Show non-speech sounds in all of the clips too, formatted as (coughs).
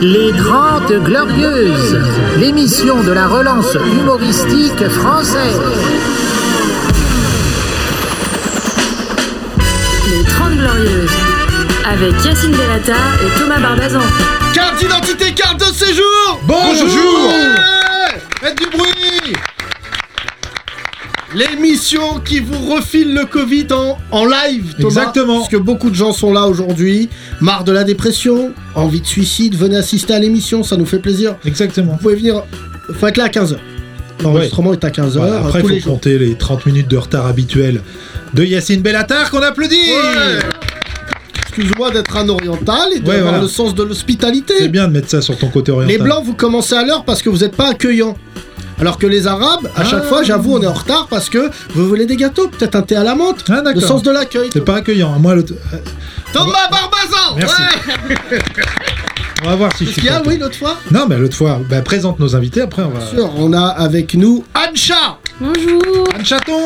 Les Grandes Glorieuses, l'émission de la relance humoristique française. Les 30 Glorieuses, avec Yacine Delata et Thomas Barbazan. Carte d'identité, carte de séjour Bonjour. Ouais Faites du bruit L'émission qui vous refile le Covid en, en live, Thomas. Exactement. Parce que beaucoup de gens sont là aujourd'hui, marre de la dépression, envie de suicide, venez assister à l'émission, ça nous fait plaisir. Exactement. Vous pouvez venir, faut être là à 15h. L'enregistrement est à 15h, Voilà, après, tous les il faut jours. compter les 30 minutes de retard habituel de Yacine Bellatar qu'on applaudit Ouais. Excuse-moi d'être un oriental et Ouais, d'avoir voilà. le sens de l'hospitalité. C'est bien de mettre ça sur ton côté oriental. Les blancs, vous commencez à l'heure parce que vous n'êtes pas accueillants. Alors que les arabes, à chaque Ah. fois, j'avoue, on est en retard parce que vous voulez des gâteaux, peut-être un thé à la menthe. Ah, le d'accord. sens de l'accueil. C'est pas accueillant. Moi, l'autre- euh, Thomas Barbazan Merci. (laughs) Ouais on va voir si je Qu'est-ce suis qu'il y a, content. oui, l'autre fois Non, mais l'autre fois, bah, présente nos invités. Après, on va. Bien sûr, on a avec nous Ancha, Bonjour Anne Chaton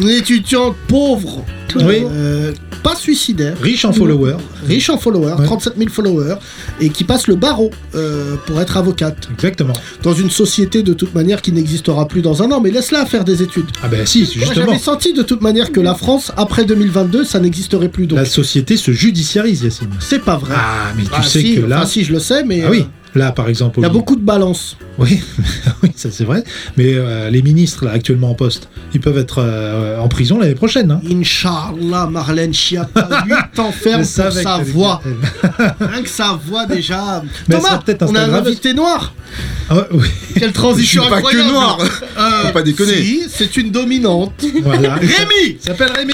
une étudiante pauvre, Oui. euh, pas suicidaire, Riche en followers. riche en followers, Ouais. 37 000 followers, et qui passe le barreau euh, pour être avocate. Exactement. Dans une société de toute manière qui n'existera plus dans un an, mais laisse-la faire des études. Ah, bah si, Moi, justement. J'avais senti de toute manière que la France, après 2022, ça n'existerait plus. Donc, La société se judiciarise, Yacine. c'est pas vrai. Ah, mais tu Ah, sais si, que là. enfin, si, je le sais, mais Ah oui, euh, là par exemple. il y a au- beaucoup de balance. Oui, (laughs) oui, ça c'est vrai. Mais euh, les ministres là, actuellement en poste, ils peuvent être euh, en prison l'année prochaine. Hein. Inch'Allah, Marlène (laughs) Schiappa, 8 ans Je ferme pour savais que sa t'allais voix. dire. Rien que sa voix déjà. (laughs) Mais elle Thomas, sera peut-être on a un Instagrammeuse. invité (laughs) noir. Ah, oui, (laughs) Quelle transition Je suis pas incroyable. que noir. Euh, Faut pas déconner. si, c'est une dominante. voilà. Rémi Il s'appelle (laughs) Rémi.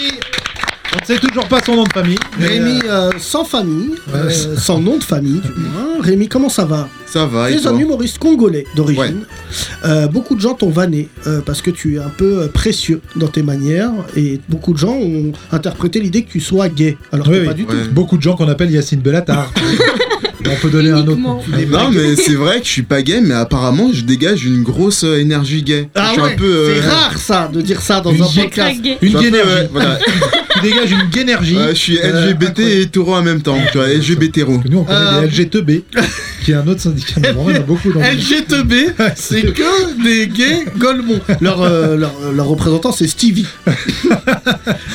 On ne sait toujours pas son nom de famille. mais, Rémi euh, sans famille, euh, ouais. sans nom de famille du moins. Rémi, comment ça va Ça va, et C'est toi un humoriste congolais d'origine. Euh, beaucoup de gens t'ont vanné euh, parce que tu es un peu euh, précieux dans tes manières et beaucoup de gens ont interprété l'idée que tu sois gay. Alors Oui, que oui. pas du tout. euh, Beaucoup de gens qu'on appelle Yacine (laughs) Bellatar. on peut donner un autre nom. Non, mais c'est vrai que je suis pas gay, mais apparemment je dégage une grosse euh, énergie gay. je suis un peu. Ah euh, c'est rare ça de dire ça dans une un gay- podcast. je Une suis un peu, guénergie. ouais, (laughs) voilà. Tu dégages une guénergie. Ouais, je suis Euh, LGBT incroyable. et taureau en même temps. Tu vois, LGBTero. Parce que nous, on connaît Euh, les LGTB, qui est un autre syndicat. Mais vraiment, il y en a beaucoup (laughs) dans le- (laughs) LGTB, c'est que des gays golemons. Leur, euh, leur, leur représentant, c'est Stevie. (laughs)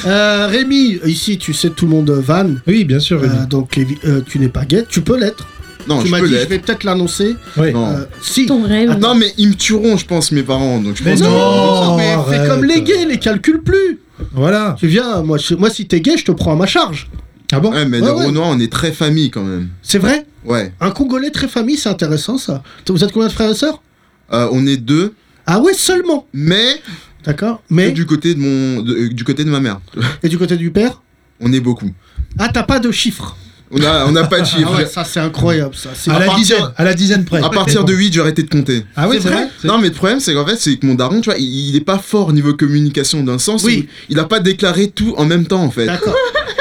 Euh, Rémi, ici, tu sais, tout le monde vanne. Oui, bien sûr, Rémi. Euh, donc, évi- euh, tu n'es pas gay. Tu peux l'être. Non, tu je m'as peux dit, je l'être. vais peut-être l'annoncer. Oui. Non. Euh, si. Ton rêve Non, mais ils me tueront, je pense, mes parents. Donc je Mais pense non. que- Oh, mais c'est arrête. comme les gays, les calcule plus. Voilà. Tu viens, moi, je- moi si t'es gay, je te prends à ma charge. Ah bon Ouais, mais Ouais, les ouais. Renois, on est très famille quand même. C'est vrai Ouais. Un Congolais très famille, c'est intéressant ça. Vous êtes combien de frères et sœurs Euh, on est deux, Ah ouais, seulement. mais, D'accord. Mais que du côté de mon, de- euh, du côté de ma mère. et du côté du père On est beaucoup. Ah, t'as pas de chiffres. On a, on a pas de Ah chiffres. ouais, ça c'est incroyable ça. C'est À la partir- dizaine, à la dizaine près. À partir de 8, j'ai arrêté de compter. Ah oui, C'est c'est vrai vrai. Non, mais le problème, c'est qu'en fait, c'est que mon daron, tu vois, il, il est pas fort niveau communication dans le sens Oui. où il a pas déclaré tout en même temps, en fait. D'accord.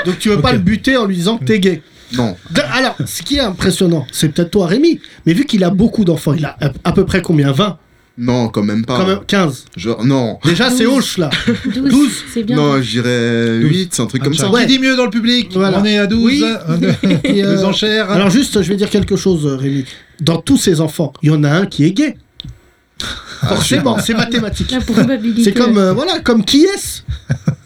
Donc tu veux pas Ok. le buter en lui disant que t'es gay. Non. D- Alors, ce qui est impressionnant, c'est peut-être toi Rémi, mais vu qu'il a beaucoup d'enfants, il a à à peu près combien 20 Non, quand même pas. hein. Quand même 15. Genre, non. Déjà c'est hoche là. 12, douze. c'est bien. Non, j'irais 8, c'est un truc comme ça. Ouais. Qui dit mieux dans le public Voilà. On est à 12. (laughs) Oui. on est- Et, euh, Les enchères. Alors juste, je vais dire quelque chose, euh, Rémi. Dans tous ces enfants, il y en a un qui est gay. Ah, (laughs) Forcément, c'est mathématique. La probabilité. C'est comme, euh, voilà, comme qui (laughs) est-ce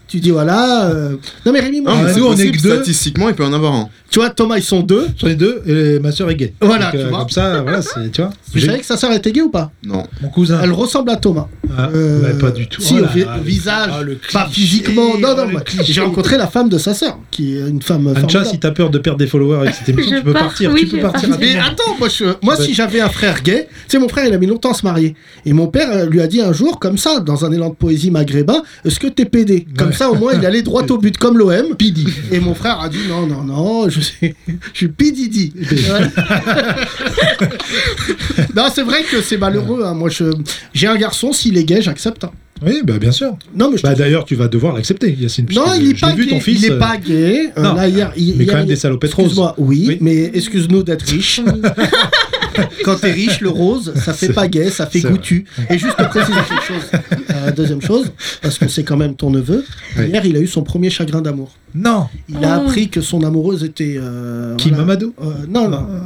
Tu dis, voilà... euh, Non mais Rémi, moi, Non, mais Ah, c'est nous, on est possible, que deux. statistiquement, il peut en avoir un. tu vois, Thomas, ils sont deux. Sur les deux, et ma soeur est gay. Voilà, Donc, tu euh, vois. Comme ça, voilà, c'est, tu vois. Tu (laughs) j'ai- savais que sa sœur était gay ou pas Non. Mon cousin. Elle ressemble à Thomas. Ah, Euh, bah, pas du tout. Si, Oh au là vi- là, le- visage, ah, le pas cliché, physiquement. Non, oh, non, le moi, cliché. j'ai rencontré la femme de sa sœur, qui est une femme Ancha, formidable. si t'as peur de perdre des followers avec cette émission, Je tu peux pars, partir. oui, tu peux je partir pars. à tout Mais moment. attends, moi, je- moi, Ah, Ouais. si j'avais un frère gay, tu sais, mon frère, il a mis longtemps à se marier. Et mon père euh, lui a dit un jour, comme ça, dans un élan de poésie maghrébin, est-ce que t'es pédé Comme Ouais. ça, au moins, il allait droit au but, comme l'OM. Pidi. Et mon frère a dit non, non, non, je, sais- je suis pididi. (laughs) non, c'est vrai que c'est malheureux. hein. Moi, je- j'ai un garçon, s'il est gay, j'accepte. hein. Oui, bah, bien sûr. Non, mais je te- Bah, d'ailleurs, tu vas devoir l'accepter, Yacine. non, puisque il est j'ai pas vu gay. ton fils. il est euh, pas gay. Euh, non, là, hier, il- mais hier, quand même il- des salopettes roses. Excuse-moi, oui, Oui. mais excuse-nous d'être riches. Oui. (laughs) Quand t'es riche, le rose, ça fait C'est- pas gay, ça fait c'est vrai. goûtu. Et juste pour préciser quelque chose, euh, la deuxième chose, parce que c'est quand même ton neveu. Oui. Hier, il a eu son premier chagrin d'amour. Non Il Oh. a appris que son amoureuse était. euh, Kim voilà. Amado Euh, non, non. non.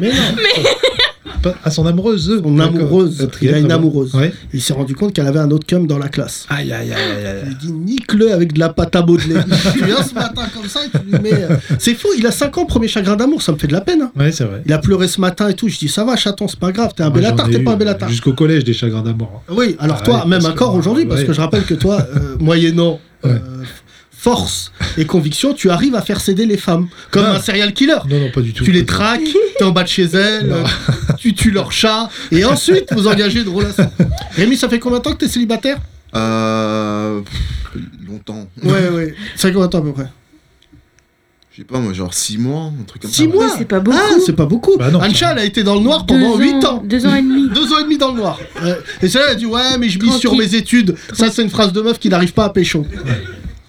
Mais non. Pas- À son amoureuse Son d'accord. amoureuse. Euh, très Il a bien, une très bien. amoureuse. Ouais. Il s'est rendu compte qu'elle avait un autre cum dans la classe. Aïe, aïe, aïe, aïe, aïe. Il lui dit nique-le avec de la pâte à Baudelaire. tu viens ce matin comme ça et tu lui mets. euh, C'est fou, il a 5 ans, premier chagrin d'amour, ça me fait de la peine. hein. Ouais, c'est vrai. Il a pleuré ce matin et tout. Je dis ça va, chaton, c'est pas grave, t'es un Moi, j'en bellatard, ai t'es pas eu, euh, un bellatard. Jusqu'au collège, des chagrins d'amour. Oui, alors Ah toi, ouais, même parce encore que- aujourd'hui, parce ouais. que je rappelle que toi, euh, (laughs) moyennant euh, force et conviction, tu arrives à faire céder les femmes, comme Non. un serial killer. Non, non, pas du tout. Tu les traques, t'es en bas de chez elles, Ah. Non. euh, tu tues leur chat, et ensuite vous engagez une relation. Rémi, ça fait combien de temps que t'es célibataire Euh. pff, Longtemps. Ouais, ouais. Ça fait combien de temps à peu près Je sais pas, moi, genre 6 mois, un truc comme ça. Six mois c'est pas beaucoup. Ah, c'est pas beaucoup. Bah non, Ancha, ça- elle a été dans le noir Deux pendant 8 ans. Deux ans et (laughs) demi. Deux ans et demi dans le noir. Euh, et celle-là, elle a dit Ouais, mais je mise sur Tranquille. mes études. Ça, c'est une phrase de meuf qui n'arrive pas à pécho.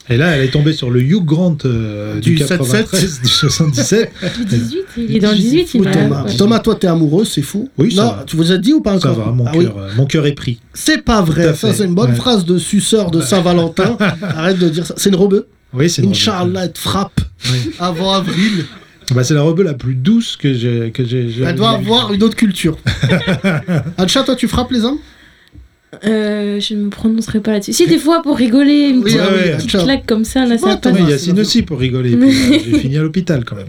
Et là, elle est tombée sur le Hugh Grant euh, Du du, 93, du 77. Le 18, il est dans le 18, Fou, il est. Thomas. ouais. Thomas, toi, t'es amoureux, c'est fou. Oui, ça Non, va. tu vous as dit ou pas Ça encore va, mon Ah oui. cœur, euh, mon cœur est pris. C'est pas Tout à vrai. fait. Ça, c'est une bonne Ouais. phrase de suceur de (laughs) Saint-Valentin. Arrête de dire ça. C'est une rebeu. Oui, c'est normal. Inch'Allah, elle te frappe avant avril. Bah, c'est la rebeu la plus douce que j'ai. Que j'ai Ah j'ai- Elle doit avoir une autre (laughs) culture. Ancha, toi, tu frappes les hommes Euh, je ne me prononcerai pas là-dessus. Si, des fois, pour rigoler, une Oui, petite, ah oui, petite Ancha. claque comme ça, là, Tu vois, ça Thomas, passe. Ouais, Yacine aussi pour rigoler. Et puis, euh, J'ai fini à l'hôpital (laughs) quand même.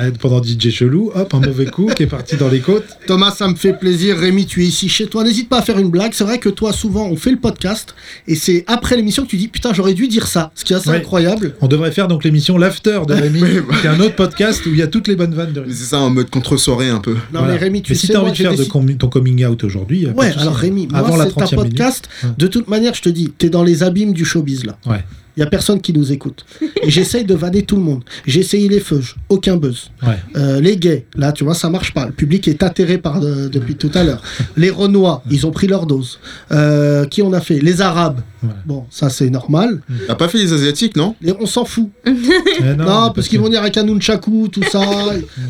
Euh, Pendant DJ Chelou, hop, un mauvais coup qui est parti dans les côtes. Thomas, ça me fait plaisir. Rémi, tu es ici chez toi. N'hésite pas à faire une blague. C'est vrai que toi, souvent, on fait le podcast et c'est après l'émission que tu dis Putain, j'aurais dû dire ça. Ce qui est assez Ouais. incroyable. On devrait faire donc l'émission L'After de Rémi, qui est un autre podcast où il y a toutes les bonnes vannes de Mais Rémi. c'est ça, en mode contre-soirée un peu. Non, Voilà. mais Rémi, tu mais sais, si t'as moi, envie de j'ai faire de décidé- com- ton coming out aujourd'hui, y a pas de Ouais, souci. alors Rémi, moi, avant la c'est un 30e minute. podcast. Ouais. De toute manière, je te dis, t'es dans les abîmes du showbiz là. Ouais. Il y a personne qui nous écoute. (laughs) Et j'essaye de vanner tout le monde. J'ai essayé les feuges, aucun buzz. Ouais. Euh, les gays, là, tu vois, ça marche pas. Le public est atterré par euh, depuis tout à (laughs) l'heure. Les Renois, ils ont pris leur dose. Euh, qui on a fait Les Arabes. Ouais. Bon, ça c'est normal. T'as pas fait les Asiatiques, non Les- on s'en fout. Eh Non, mais parce, qu'ils vont venir avec un nunchaku, tout (laughs) ça.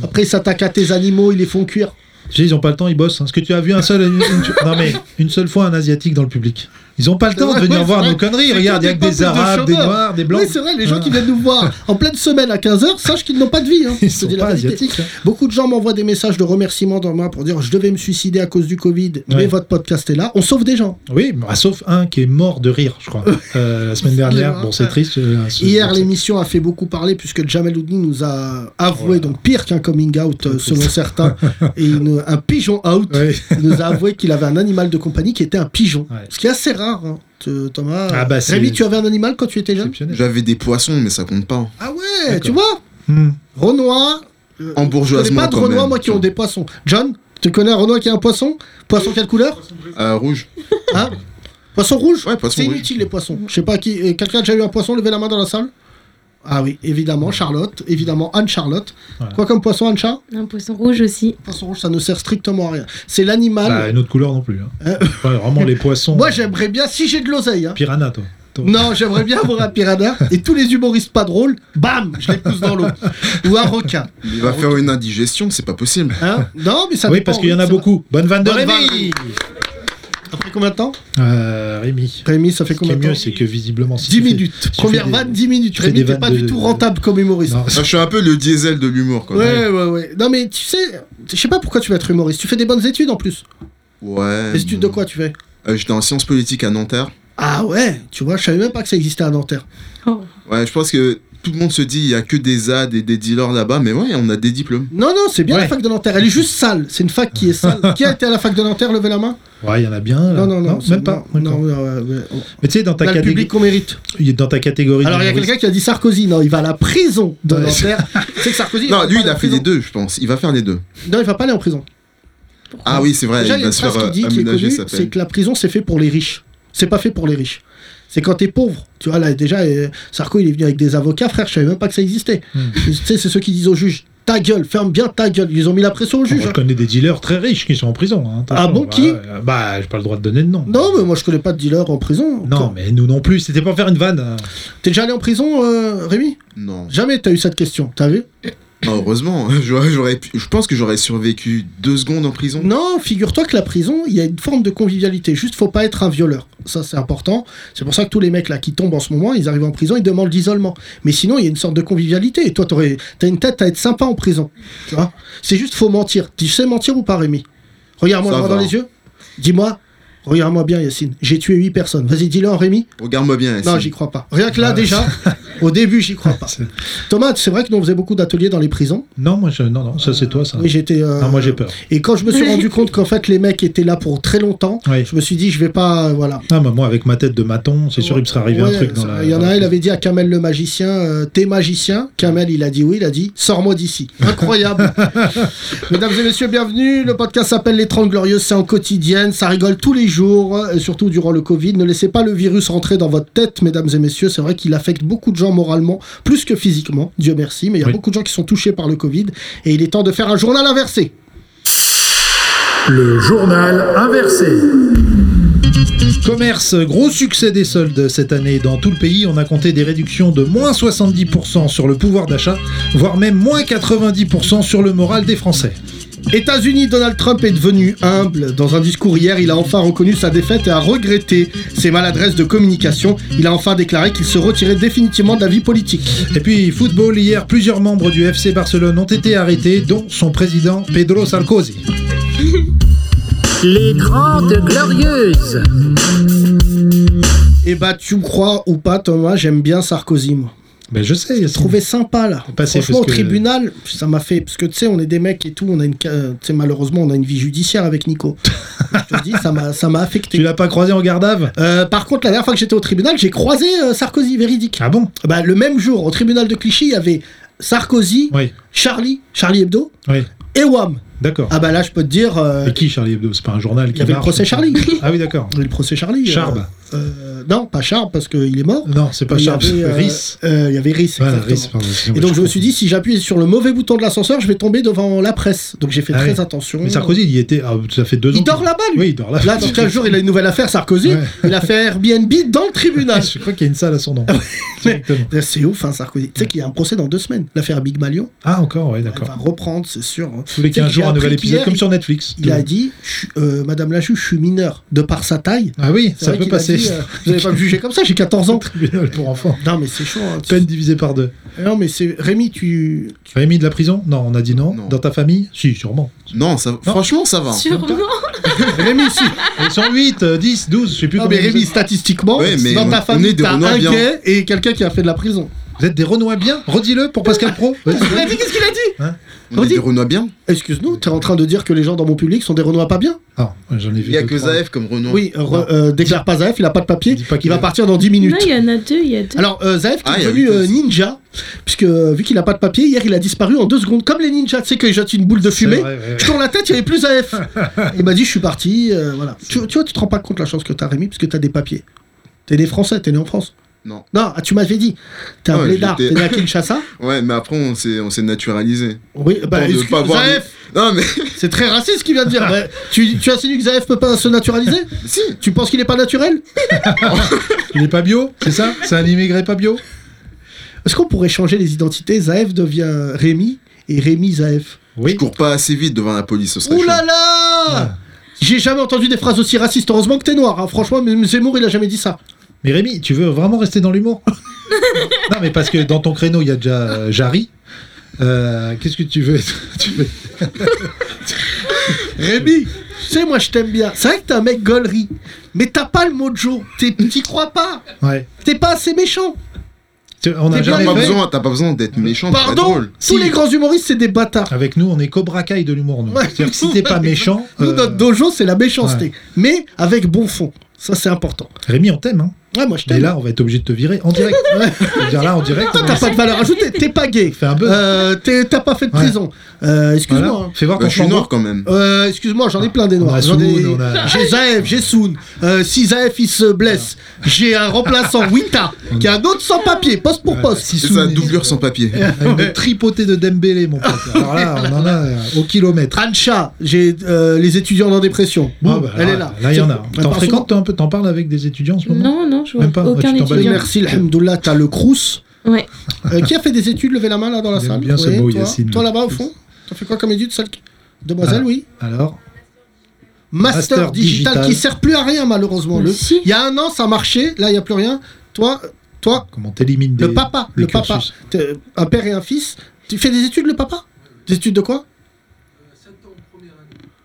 Après, ils s'attaquent à tes animaux, ils les font cuire. Tu sais, ils ont pas le temps, ils bossent. hein. Est-ce que tu as vu un seul, une, une- non mais une seule fois un asiatique dans le public Ils ont pas le temps de Ouais, venir ouais, voir c'est nos vrai. conneries. C'est Regarde, il y a que que des peuples de arabes, des chômeurs. noirs, des blancs. Oui, c'est vrai, les gens Ah. qui viennent nous (laughs) voir en pleine semaine à 15h, sachent qu'ils n'ont pas de vie. hein. Ils Je te sont dis la pas vérité. asiatiques. hein. Beaucoup de gens m'envoient des messages de remerciements dans moi pour dire je devais me suicider à cause du Covid, mais Ouais. votre podcast est là. On sauve des gens. Oui, bah, sauf un qui est mort de rire, je crois, euh, (laughs) la semaine dernière. Bon, c'est triste. euh, ce- Hier, c'est- l'émission a fait beaucoup parler puisque Jamel Oudni nous a avoué, Voilà. donc pire qu'un coming out euh, selon (laughs) certains, et une- un pigeon out. Ouais. Il nous a avoué qu'il avait un animal de compagnie qui était un pigeon. Ouais. Ce qui est assez rare, hein, te- Thomas. Ah bah, c'est- Rémi, tu avais un animal quand tu étais jeune Exceptionnel. J'avais des poissons, mais ça compte pas. Ah ouais, D'accord. tu vois Hmm. Renoir. euh, En Je connais bourgeoisement, pas de quand Renoir, même. moi, qui ont des poissons. John, tu connais un Renoir qui a un poisson Poisson quelle couleur Euh, rouge. Hein Poisson rouge Ouais, poisson C'est rouge. inutile les poissons. Je sais pas qui. euh, Quelqu'un a déjà eu un poisson Levez la main dans la salle. Ah oui, évidemment, Charlotte. Évidemment, Anne-Charlotte. Voilà. Quoi comme poisson, Anne-Charlotte Un poisson rouge aussi. Poisson rouge, ça ne sert strictement à rien. C'est l'animal. Bah, une autre couleur non plus. hein. Ah, Euh. Ouais, vraiment les poissons. euh, Moi, j'aimerais bien, si j'ai de l'oseille, hein, Piranha, toi. Toi. Non, j'aimerais bien avoir un piranha et tous les humoristes pas drôles, bam, je les pousse dans (laughs) l'eau. Ou un requin. Il va faire une indigestion, c'est pas possible. Hein non, mais ça oui, dépend, parce qu'il y en a ça- beaucoup. Bonne vanne de Bonne Rémi. Après combien de temps Euh, Rémi. Rémi, ça fait Ce qui est combien de mieux, temps c'est que visiblement. si 10 tu fais- minutes. si tu Première fais des- vanne, 10 minutes. tu fais des Rémi, t'es vannes pas de- du tout rentable comme humoriste. Non, Ah, je suis un peu le diesel de l'humour, quoi. Ouais, ouais, ouais. Non, mais tu sais, je sais pas pourquoi tu vas être humoriste. Tu fais des bonnes études en plus. Ouais. Des études de quoi tu fais Euh, J'étais en sciences politiques à Nanterre. Ah ouais, tu vois, je savais même pas que ça existait à Nanterre. Oh, Ouais, je pense que tout le monde se dit il y a que des ZAD et des dealers là-bas, mais ouais, on a des diplômes. Non, non, c'est bien Ouais. la fac de Nanterre. Elle est juste sale. C'est une fac qui est sale. qui a été à la fac de Nanterre Levez la main. Ouais, il y en a bien. là. Non, non, non. c'est- Euh, même pas. Non, D'accord. non, ouais, ouais. Mais tu sais, dans ta On a le catégorie. public qu'on mérite. Il est dans ta catégorie. Alors, il y a d'humoriste. quelqu'un qui a dit Sarkozy. Non, il va à la prison de Ouais. Nanterre. c'est que Sarkozy. Non, va pas lui, il aller a en fait les prison. deux, je pense. Il va faire les deux. Non, il va pas aller en prison. Ah oui, c'est vrai, Déjà, il il y a va une se phrase faire qui euh, dit, qui est aménager connue, sa c'est peine. que la prison, c'est fait pour les riches. C'est pas fait pour les riches. C'est quand t'es pauvre. Tu vois, là, déjà, euh, Sarko, il est venu avec des avocats, frère, je savais même pas que ça existait. Hmm. Tu sais, c'est ceux qui disent au juge, ta gueule, ferme bien ta gueule. Ils ont mis la pression au Bon, juge. je hein. connais des dealers très riches qui sont en prison. hein, Ah attention. bon, Bah, qui euh, Bah, j'ai pas le droit de donner de nom. hein. Non, mais moi, je connais pas de dealer en prison. Non, mais nous non plus. C'était pas faire une vanne. hein. T'es déjà allé en prison, euh, Rémi Non. Jamais t'as eu cette question, t'as vu Ah, heureusement, (laughs) j'aurais, j'aurais pu- je pense que j'aurais survécu deux secondes en prison. Non, figure-toi que la prison, il y a une forme de convivialité. Juste, faut pas être un violeur. Ça, c'est important. C'est pour ça que tous les mecs là qui tombent en ce moment, ils arrivent en prison, ils demandent l'isolement. Mais sinon, il y a une sorte de convivialité. Et toi, t'aurais- t'as une tête à être sympa en prison. Tu vois C'est juste, faut mentir. Tu sais mentir ou pas, Rémi Regarde-moi Ça droit va. dans les yeux. Dis-moi. Regarde-moi bien, Yacine. J'ai tué huit personnes. Vas-y, dis-le en Rémi. Regarde-moi bien. Yacine. Non, j'y crois pas. Rien que là, déjà, au début, j'y crois pas. C'est- Thomas, c'est vrai que nous, on faisait beaucoup d'ateliers dans les prisons. Non, moi, je... non, non, ça c'est toi, ça. Oui, j'étais. euh, Ah, moi j'ai peur. et quand je me suis rendu compte qu'en fait les mecs étaient là pour très longtemps, Oui. je me suis dit je vais pas euh, voilà. Ah, bah, moi, avec ma tête de maton, c'est sûr, il me serait arrivé un Ouais, truc dans ça- la. Il y en dans a la un, il prison. avait dit à Kamel le magicien, euh, t'es magicien. Kamel, il a dit oui, il a dit, sors-moi d'ici. (laughs) Incroyable. Mesdames et messieurs, bienvenue. Le podcast s'appelle Les 30 Glorieuses, c'est en quotidienne, ça rigole tous les jours, euh, et surtout durant le Covid. Ne laissez pas le virus rentrer dans votre tête, mesdames et messieurs. C'est vrai qu'il affecte beaucoup de gens moralement, plus que physiquement, Dieu merci, mais il y a Oui. beaucoup de gens qui sont touchés par le Covid, et il est temps de faire un journal inversé. Le journal inversé. Commerce, gros succès des soldes cette année. Dans tout le pays, on a compté des réductions de moins 70% sur le pouvoir d'achat, voire même moins 90% sur le moral des Français. États-Unis, Donald Trump est devenu humble. Dans un discours hier, il a enfin reconnu sa défaite et a regretté ses maladresses de communication. Il a enfin déclaré qu'il se retirait définitivement de la vie politique. Et puis, football, hier, plusieurs membres du FC Barcelone ont été arrêtés, dont son président Pedro Sarkozy. Les 30 Glorieuses. Et bah, tu crois ou pas, Thomas, j'aime bien Sarkozy, moi. Ben, je sais, Je trouvais sympa, là. Passé, Franchement, au parce que- tribunal, ça m'a fait. Parce que, tu sais, on est des mecs et tout, on a une. ca- euh, Tu sais, malheureusement, on a une vie judiciaire avec Nico. (laughs) Je te dis, ça m'a ça m'a Tu affecté. l'as pas croisé en gardave Euh, par contre, la dernière fois que j'étais au tribunal, j'ai croisé euh, Sarkozy, véridique. Ah bon Bah, le même jour, au tribunal de Clichy, il y avait Sarkozy, Oui, Charlie, Charlie Hebdo oui, et Wam. d'accord. Ah bah là, je peux te dire, euh, Et qui, Charlie Hebdo C'est pas un journal il qui y avait le marche procès Charlie. (laughs) Ah oui, d'accord. Le procès Charlie. euh, Charb. euh, non, pas Charb parce qu'il est mort. Non, c'est pas Il y Charb, avait, c'est euh, Riss. euh, il y avait Riss. Voilà, exactement. Riss, pardon, excusez-moi, Et donc je me confonds. suis dit, si j'appuie sur le mauvais bouton de l'ascenseur, je vais tomber devant la presse. Donc j'ai fait Ah très oui. attention. Mais Sarkozy, il y était. Ah, ça fait deux ans. Il dort qu'il- là-bas, lui. Oui, il dort là. Là, dans 15 jours, il a une nouvelle affaire, Sarkozy. Ouais. Il a fait Airbnb dans le (laughs) tribunal. Ah, Je crois qu'il y a une salle à son nom. (laughs) Directement. C'est ouf, hein, Sarkozy. Tu sais qu'il y a un procès dans deux semaines. L'affaire Big Malion, Ah, encore, ouais, elle va d'accord. reprendre, c'est sûr. hein. Tous les Tu sais 15 que jours, j'ai un nouvel appris épisode, qu'hier, comme sur Netflix. Il a dit, je suis- euh, Madame Lachu, je suis mineur. De par sa taille, Ah oui, C'est ça vrai peut qu'il a passer. dit, euh, (laughs) vous n'allez pas me juger comme ça, j'ai 14 ans. (laughs) Tribunal pour enfants. Non, mais c'est chaud. hein. Peine divisée par deux. Non, mais c'est. Rémi, tu. Tu avais mis de la prison Non, on a dit non. Non. Dans ta famille Si, sûrement. Non, ça, franchement, ça va. Sûrement. (laughs) Rémi, si. Ils sont 8, 10, 12, euh, je sais plus Non, mais combien. Rémi, vous, statistiquement, Ouais, mais dans on- ta on famille, est des t'as Renois un bien. gay et quelqu'un qui a fait de la prison. êtes. Vous êtes des Renois bien Redis-le pour Pascal Pro. Vas-y. Il a dit qu'est-ce qu'il a dit On est Redis. des Renois bien. Excuse-nous, t'es en train de dire que les gens dans mon public sont des Renois pas bien Ah, j'en ai vu. Il y a deux, que trois. Zaef comme Renoir. Oui, re- euh, déclare pas Zaef, il a pas de papier, Dis pas il qu'il va a- partir dans 10 minutes. Non, il y en a deux, il y a deux. Alors, euh, Zaef qui Ah, est il y a devenu huit euh, aussi. ninja, puisque euh, vu qu'il a pas de papier, hier il a disparu en deux secondes, comme les ninjas, tu sais qu'ils jettent une boule de C'est fumée. vrai, ouais, ouais. Je tourne la tête, il n'y avait plus AF. Il m'a dit, je suis parti. euh, voilà. Tu, tu vois, tu te rends pas compte la chance que t'as, Rémi, parce que t'as des papiers. T'es né français, t'es né en France. Non. Non, ah, tu m'avais dit. T'es un Ouais, blédard, t'es j'étais- né à (laughs) Kinshasa. Ouais, mais après, on s'est on s'est naturalisé. Oui, bah, Pour ne excuse- pas voir les- Zaef, Non, mais (laughs) c'est très raciste ce qu'il vient de dire. Bah, tu, tu insinues que Zaef peut pas se naturaliser si. Tu penses qu'il est pas naturel Il est pas bio, c'est ça C'est un immigré pas bio Est-ce qu'on pourrait changer les identités Zaef devient Rémi et Rémi Zaef. Je cours pas assez vite devant la police, ce serait Ouh là chaud. là J'ai jamais entendu des phrases aussi racistes. Heureusement que t'es noir. hein. Franchement, même Zemmour, il a jamais dit ça. Mais Rémi, tu veux vraiment rester dans l'humour Non, mais parce que dans ton créneau, il y a déjà euh, Jarry. Euh, Qu'est-ce que tu veux (laughs) Tu veux- Rémi Tu sais, moi je t'aime bien. C'est vrai que t'es un mec gaulerie, mais t'as pas le mojo. T'es- T'y crois pas. Ouais. T'es pas assez méchant. Tu- On C'est n'a T'as jamais pas, fait. besoin, t'as pas besoin d'être méchant, t'es pas Pardon drôle. Tous Si. les grands humoristes, c'est des bâtards. Avec nous, on est Cobra Kai de l'humour. nous. Ouais. C'est-à-dire que si t'es pas méchant, Nous, euh, notre dojo, c'est la méchanceté. Mais avec bon fond. Ça, c'est important. Rémi, on t'aime. Hein. Ouais, moi je Mais t'aime. là, on va être obligé de te virer en (laughs) direct. Je veux dire, là, en direct, Toi, on t'as pas de valeur ajoutée. T'es pas gay. fait un buzz. Euh, t'es- t'as pas fait de Ouais. prison. Euh, Excuse-moi. Voilà. hein. Fais voir Bah, qu'on je suis change. (laughs) noir quand même. Euh, Excuse-moi, j'en ai plein des On noirs. a J'en Soun, ai- on a- J'ai Zaev, j'ai Soun. Euh, si Zaev il se blesse, j'ai un remplaçant (laughs) Winta qui est un autre sans papier, poste pour poste. C'est sa doublure sans papier. Euh, Une tripotée de Dembélé, mon (laughs) pote. Alors là, on en a euh, au kilomètre. Ancha, j'ai euh, les étudiants en dépression. Boum, Ah bah, elle là, est là. Là, il y en a. Elle T'en part fréquentes toi, un peu T'en parles avec des étudiants en ce moment Non, non, je vois Même pas, aucun tu souvent. t'en bats les Et étudiant. couilles. Merci, Alhamdoulilah, t'as le crous. Ouais. Euh, qui a fait des études Levez la main là dans la J'aime salle. bien ce Oui, mot, toi, Yacine. Toi là-bas au fond, t'as fait quoi comme études seule- Demoiselle, Ah. oui. Alors Master, Master digital, digital. qui sert plus à rien malheureusement. Le- Si. Il y a un an ça marchait, là il n'y a plus rien. Toi, toi, Comment t'élimines des. le papa, des le papa, cursus. T'es- un père et un fils, tu fais des études le papa Des études de quoi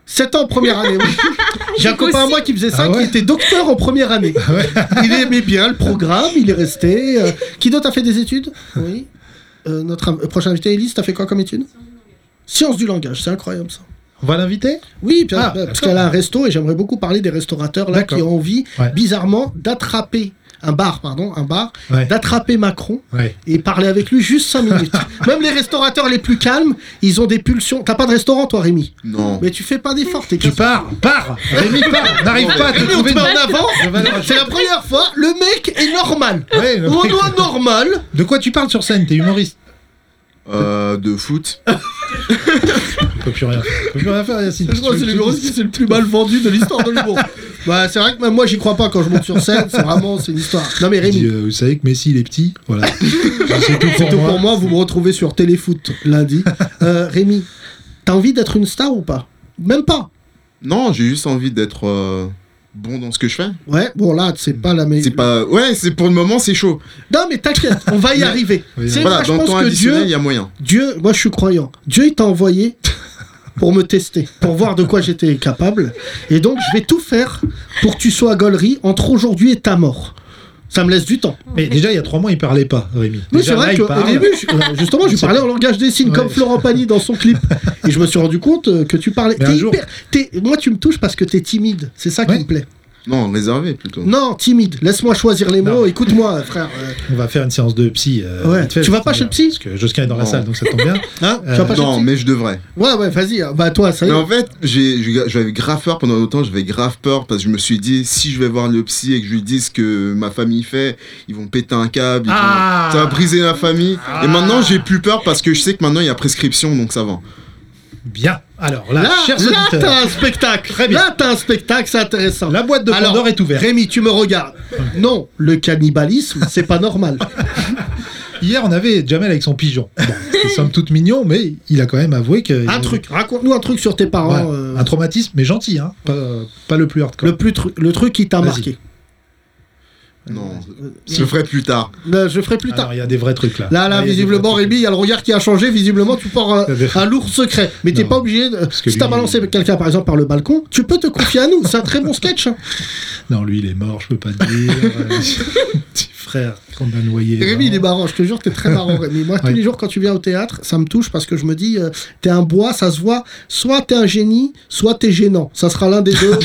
7 ans en première année. 7 ans en première année, oui. J'ai un copain à moi qui faisait ça, Ah ouais Ah qui était docteur en première année. (laughs) Il aimait bien le programme, il est resté. euh. Qui d'autre a fait des études Oui. Euh, notre av- prochain invité, Elise, t'as fait quoi comme étude Sciences du langage, c'est incroyable ça. On va l'inviter Oui, puis- euh, Ah, parce d'accord. qu'elle a un resto et j'aimerais beaucoup parler des restaurateurs là D'accord. qui ont envie, Ouais. bizarrement, d'attraper un bar, pardon, un bar, Ouais. d'attraper Macron Ouais. et parler avec lui juste 5 (laughs) minutes. Même les restaurateurs les plus calmes, ils ont des pulsions. T'as pas de restaurant, toi, Rémi Non. Mais tu fais pas d'efforts, t'es Tu casse- pars, pars Rémi, pars (laughs) N'arrive pas à te Rémi, on trouver te met en Je vais aller- avant. C'est la première fois, le mec est normal. Ouais, le On mec- doit normal. De quoi tu parles sur scène T'es humoriste Euh, de foot. On peut plus rien faire. On peut plus rien faire, Yacine. Je crois que c'est le numéro six, c'est le plus mal vendu de l'histoire de l'humour. Bah, c'est vrai que même moi, j'y crois pas quand je monte sur scène. C'est vraiment, c'est une histoire. Non, mais Dit, Rémi. euh, vous savez que Messi il est petit, (laughs) voilà. c'est tout pour Plutôt moi. pour moi, vous me retrouvez sur Téléfoot lundi. Euh, Rémi, t'as envie d'être une star ou pas Même pas. Non, j'ai juste envie d'être euh, bon dans ce que je fais. Ouais, bon là, c'est pas la meilleure. C'est pas. Ouais, c'est pour le moment, c'est chaud. Non, mais t'inquiète, on va y arriver. Oui, C'est Voilà, moi, je dans le temps pense que additionnel, il Dieu, y a moyen. Dieu, moi je suis croyant. Dieu il t'a envoyé pour me tester, pour voir de quoi j'étais capable. Et donc je vais tout faire pour que tu sois à Gollery entre aujourd'hui et ta mort. Ça me laisse du temps. Mais déjà il y a trois mois il parlait pas, Rémi. Oui, Déjà, c'est vrai là, il qu'au parle. début, je- euh, justement, je C'est- parlais en langage des signes, Ouais. comme Florent Pagny dans son clip. Et je me suis rendu compte euh, que tu parlais. Mais un T'es jour- hyper- t'es- Moi, tu me touches parce que t'es timide. C'est ça qui Ouais. me plaît. Non, réservé plutôt. Non, timide. Laisse-moi choisir les Non. mots. Écoute-moi, frère. Euh, On va faire une séance de psy. euh, Ouais. vite fait, Tu vas pas parce chez que- le psy Parce que Josquin est dans la Non. salle, donc ça tombe (laughs) bien. hein Euh, Tu vas pas Non, chercher- mais je devrais. Ouais, ouais, vas-y. euh, Bah, toi, ça y Mais est. en fait, j'ai- j'ai- j'avais grave peur pendant longtemps, j'avais grave peur parce que je me suis dit, si je vais voir le psy et que je lui dis ce que ma famille fait, ils vont péter un câble, ils vont- Ah. ça va briser la famille. Et maintenant, j'ai plus peur parce que je sais que maintenant, il y a prescription, donc ça va. Bien. Alors là, Là, chers là, auditeurs, t'as un spectacle. Très bien. Là, t'as un spectacle, c'est intéressant. la boîte de Alors, Pandore est ouverte. Rémi, tu me regardes. Non, le cannibalisme, c'est pas (laughs) normal. Hier on avait Jamel avec son pigeon. Bon, nous sommes toutes mignons, mais il a quand même avoué que un truc, raconte-nous un truc sur tes parents. Voilà. euh, Un traumatisme, mais gentil, hein. Pas, pas le plus hardcore. le, plus tru- le truc qui t'a Vas-y. marqué. Non, je Je, le ferai plus tard. Ben, je ferai plus tard. Alors, il y a des vrais trucs là. Là, là, il y a des visiblement, vrais trucs. Rémi, il y a le regard qui a changé. Visiblement, tu portes un, (laughs) un lourd secret. Mais t'es Non. pas obligé. De... que Si t'as lui- balancé quelqu'un, par exemple, par le balcon, tu peux te confier à nous. C'est un très bon sketch. hein. Non, lui, il est mort, je peux pas te (laughs) dire. Euh, (laughs) Petit frère qu'on a noyé. Rémi, il est mort. marrant. Je te jure, t'es très marrant, Rémi. (laughs) Moi, Ouais. tous les jours, quand tu viens au théâtre, ça me touche parce que je me dis, euh, t'es un bois, ça se voit. Soit t'es un génie, soit t'es gênant. Ça sera l'un des (laughs) deux.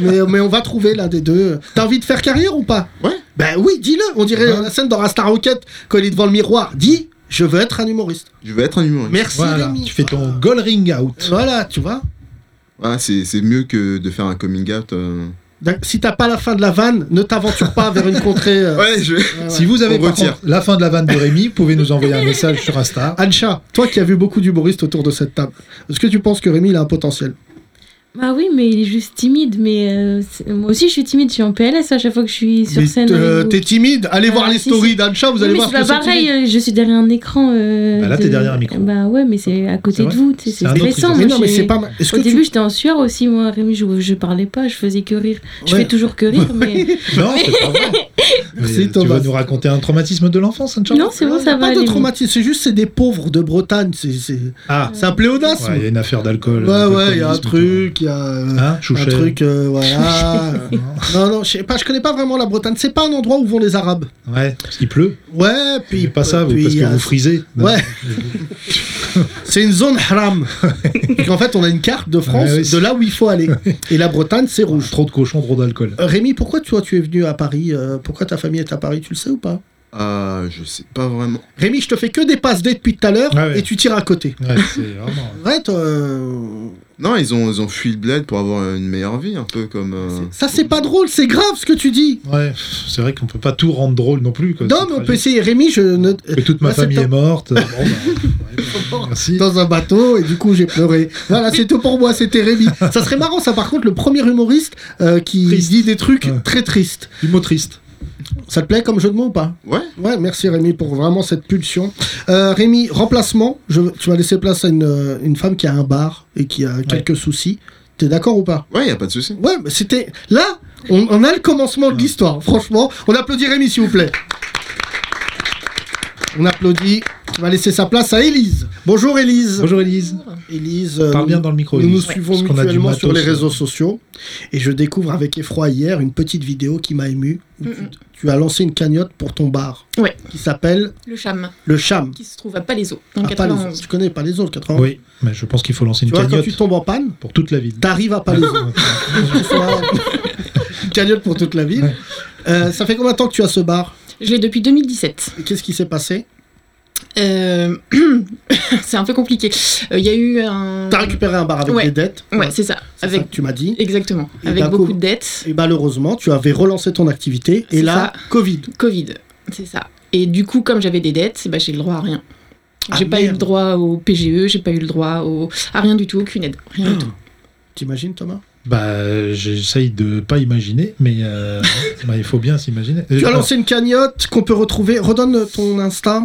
mais, mais on va trouver l'un des deux. T'as envie de faire carrière ou pas Ouais. Ben oui, dis-le. On dirait Ouais. la scène dans Rasta Rocket quand il est devant le miroir. Dis, je veux être un humoriste. Je vais être un humoriste. Merci, Voilà, Rémi. tu fais ton goal ring out. Voilà, tu vois. Voilà, c'est c'est mieux que de faire un coming out. euh. D'ac- Si t'as pas la fin de la vanne, ne t'aventure pas vers une contrée. (laughs) euh, Ouais, je... ouais, Si vous avez On par retire. contre, la fin de la vanne de Rémi, vous pouvez nous envoyer un message sur Insta. Ancha, toi qui as vu beaucoup d'humoristes autour de cette table, est-ce que tu penses que Rémi il a un potentiel Bah oui, mais il est juste timide. Mais euh, c'est- moi aussi, je suis timide. Je suis en PLS à chaque fois que je suis sur Mais scène. t- avec euh, vous. T'es timide Allez Ah, voir les si, stories si. d'Ancha, vous Oui, allez mais voir c'est pas que c'est pareil, timide. euh, je suis derrière un écran. euh, Bah là, t'es de- derrière un micro. Bah ouais, mais c'est à C'est côté de vrai. vous, tu sais, C'est c'est un autre stressant. Mais (laughs) exercice. moi, non, mais j'ai- c'est pas. mal. Est-ce Au que début, tu... j'étais en sueur aussi, moi, Rémi, je, je parlais pas, je faisais que rire. Je Ouais. fais toujours que rire, mais. Non, c'est pas vrai. Mais, C'est euh, tu Thomas. vas nous raconter un traumatisme de l'enfance, Anne-Charles non, (laughs) c'est bon, Y ça a va. pas de aller. traumatisme, c'est juste c'est des pauvres de Bretagne, c'est c'est- Ah, c'est un pléonasme. ouais, il y a Ouais, une affaire ouais, il d'alcool. y d'alcoolisme, a un tout. truc, il y a euh, Hein, un Chouchel truc, euh, voilà. non, non, je sais pas, je connais pas vraiment la Bretagne. C'est pas un endroit où vont les Arabes. Ouais, parce qu'il pleut. Ouais, puis Puis pas ça, vous, puis parce il y que a- vous frisez. Non. Ouais. (laughs) c'est une zone (laughs) haram. en fait, on a une carte de France Ouais, ouais, de c'est- là où il faut (laughs) aller. Et la Bretagne, c'est rouge. Trop de cochons, trop d'alcool. Euh, Rémi, pourquoi toi tu es venu à Paris euh, Pourquoi ta famille est à Paris Tu le sais ou pas Ah, je sais pas vraiment. Rémi, je te fais que des passes dès depuis tout à l'heure Ah ouais. et tu tires à côté. Ouais, c'est vraiment. Ouais, toi, euh, Non, ils ont, ils ont fui le bled pour avoir une meilleure vie, un peu comme. euh, ça c'est pas drôle, c'est grave ce que tu dis. Ouais, pff, c'est vrai qu'on peut pas tout rendre drôle non plus. quoi. Non, C'est mais on peut tragique. essayer. Rémi, je ne. Que toute ma Là, c'est famille top. est morte. (laughs) Bon, bah, ouais, merci. Dans un bateau, et du coup j'ai pleuré. Voilà, c'est tout pour moi, c'était Rémi. Ça serait marrant, ça par contre, le premier humoriste euh, qui Triste. dit des trucs Ouais. très tristes. Du mot triste. Ça te plaît comme jeu de mots ou pas Ouais. Ouais, merci Rémi pour vraiment cette pulsion. Euh, Rémi, remplacement. Je, tu vas laisser place à une, euh, une femme qui a un bar et qui a quelques soucis. T'es d'accord ou pas Ouais, y a pas de souci. Ouais, mais c'était. Là, on, on a le commencement de l'histoire. Franchement, on applaudit Rémi, s'il vous plaît. On applaudit. On va laisser sa place à Élise. Bonjour Élise. Bonjour Elise. Élise, euh, Parle nous- bien dans le micro. nous nous Élise, suivons parce qu'on a du mutuellement sur les matos, euh. réseaux sociaux et je découvre avec effroi hier une petite vidéo qui m'a ému. où tu- Tu as lancé une cagnotte pour ton bar Ouais. qui s'appelle Le Cham, le Cham. qui se trouve à Palaiso, dans le Ah, pas les autres. 91. Tu connais pas les autres euh, 91. Oui, mais je pense qu'il faut lancer Tu une vois, quand cagnotte tu tombes en panne, pour toute (laughs) la ville. t'arrives à pas les autres. (laughs) Une cagnotte pour toute la ville. Ouais. Euh, ça fait combien de temps que tu as ce bar Je l'ai depuis 2017. Et Qu'est-ce qui s'est passé Euh, (coughs) C'est un peu compliqué. Euh, Il y a eu un. T'as récupéré un bar avec Ouais. des dettes. Ouais, c'est ça. C'est ça Avec... que tu m'as dit. Exactement. Et Avec d'un beaucoup coup- de dettes. Et malheureusement, tu avais relancé ton activité et C'est là, Covid. Covid. C'est ça. Et du coup, comme j'avais des dettes, bah, j'ai le droit à rien. Ah, J'ai pas eu merde. le droit au PGE, j'ai pas eu le droit au... à rien du tout, aucune aide. Rien Oh. du tout. T'imagines Thomas Bah, j'essaye de pas imaginer, mais euh, bah, il faut bien s'imaginer. Tu Euh, as lancé une cagnotte qu'on peut retrouver. Redonne ton Insta.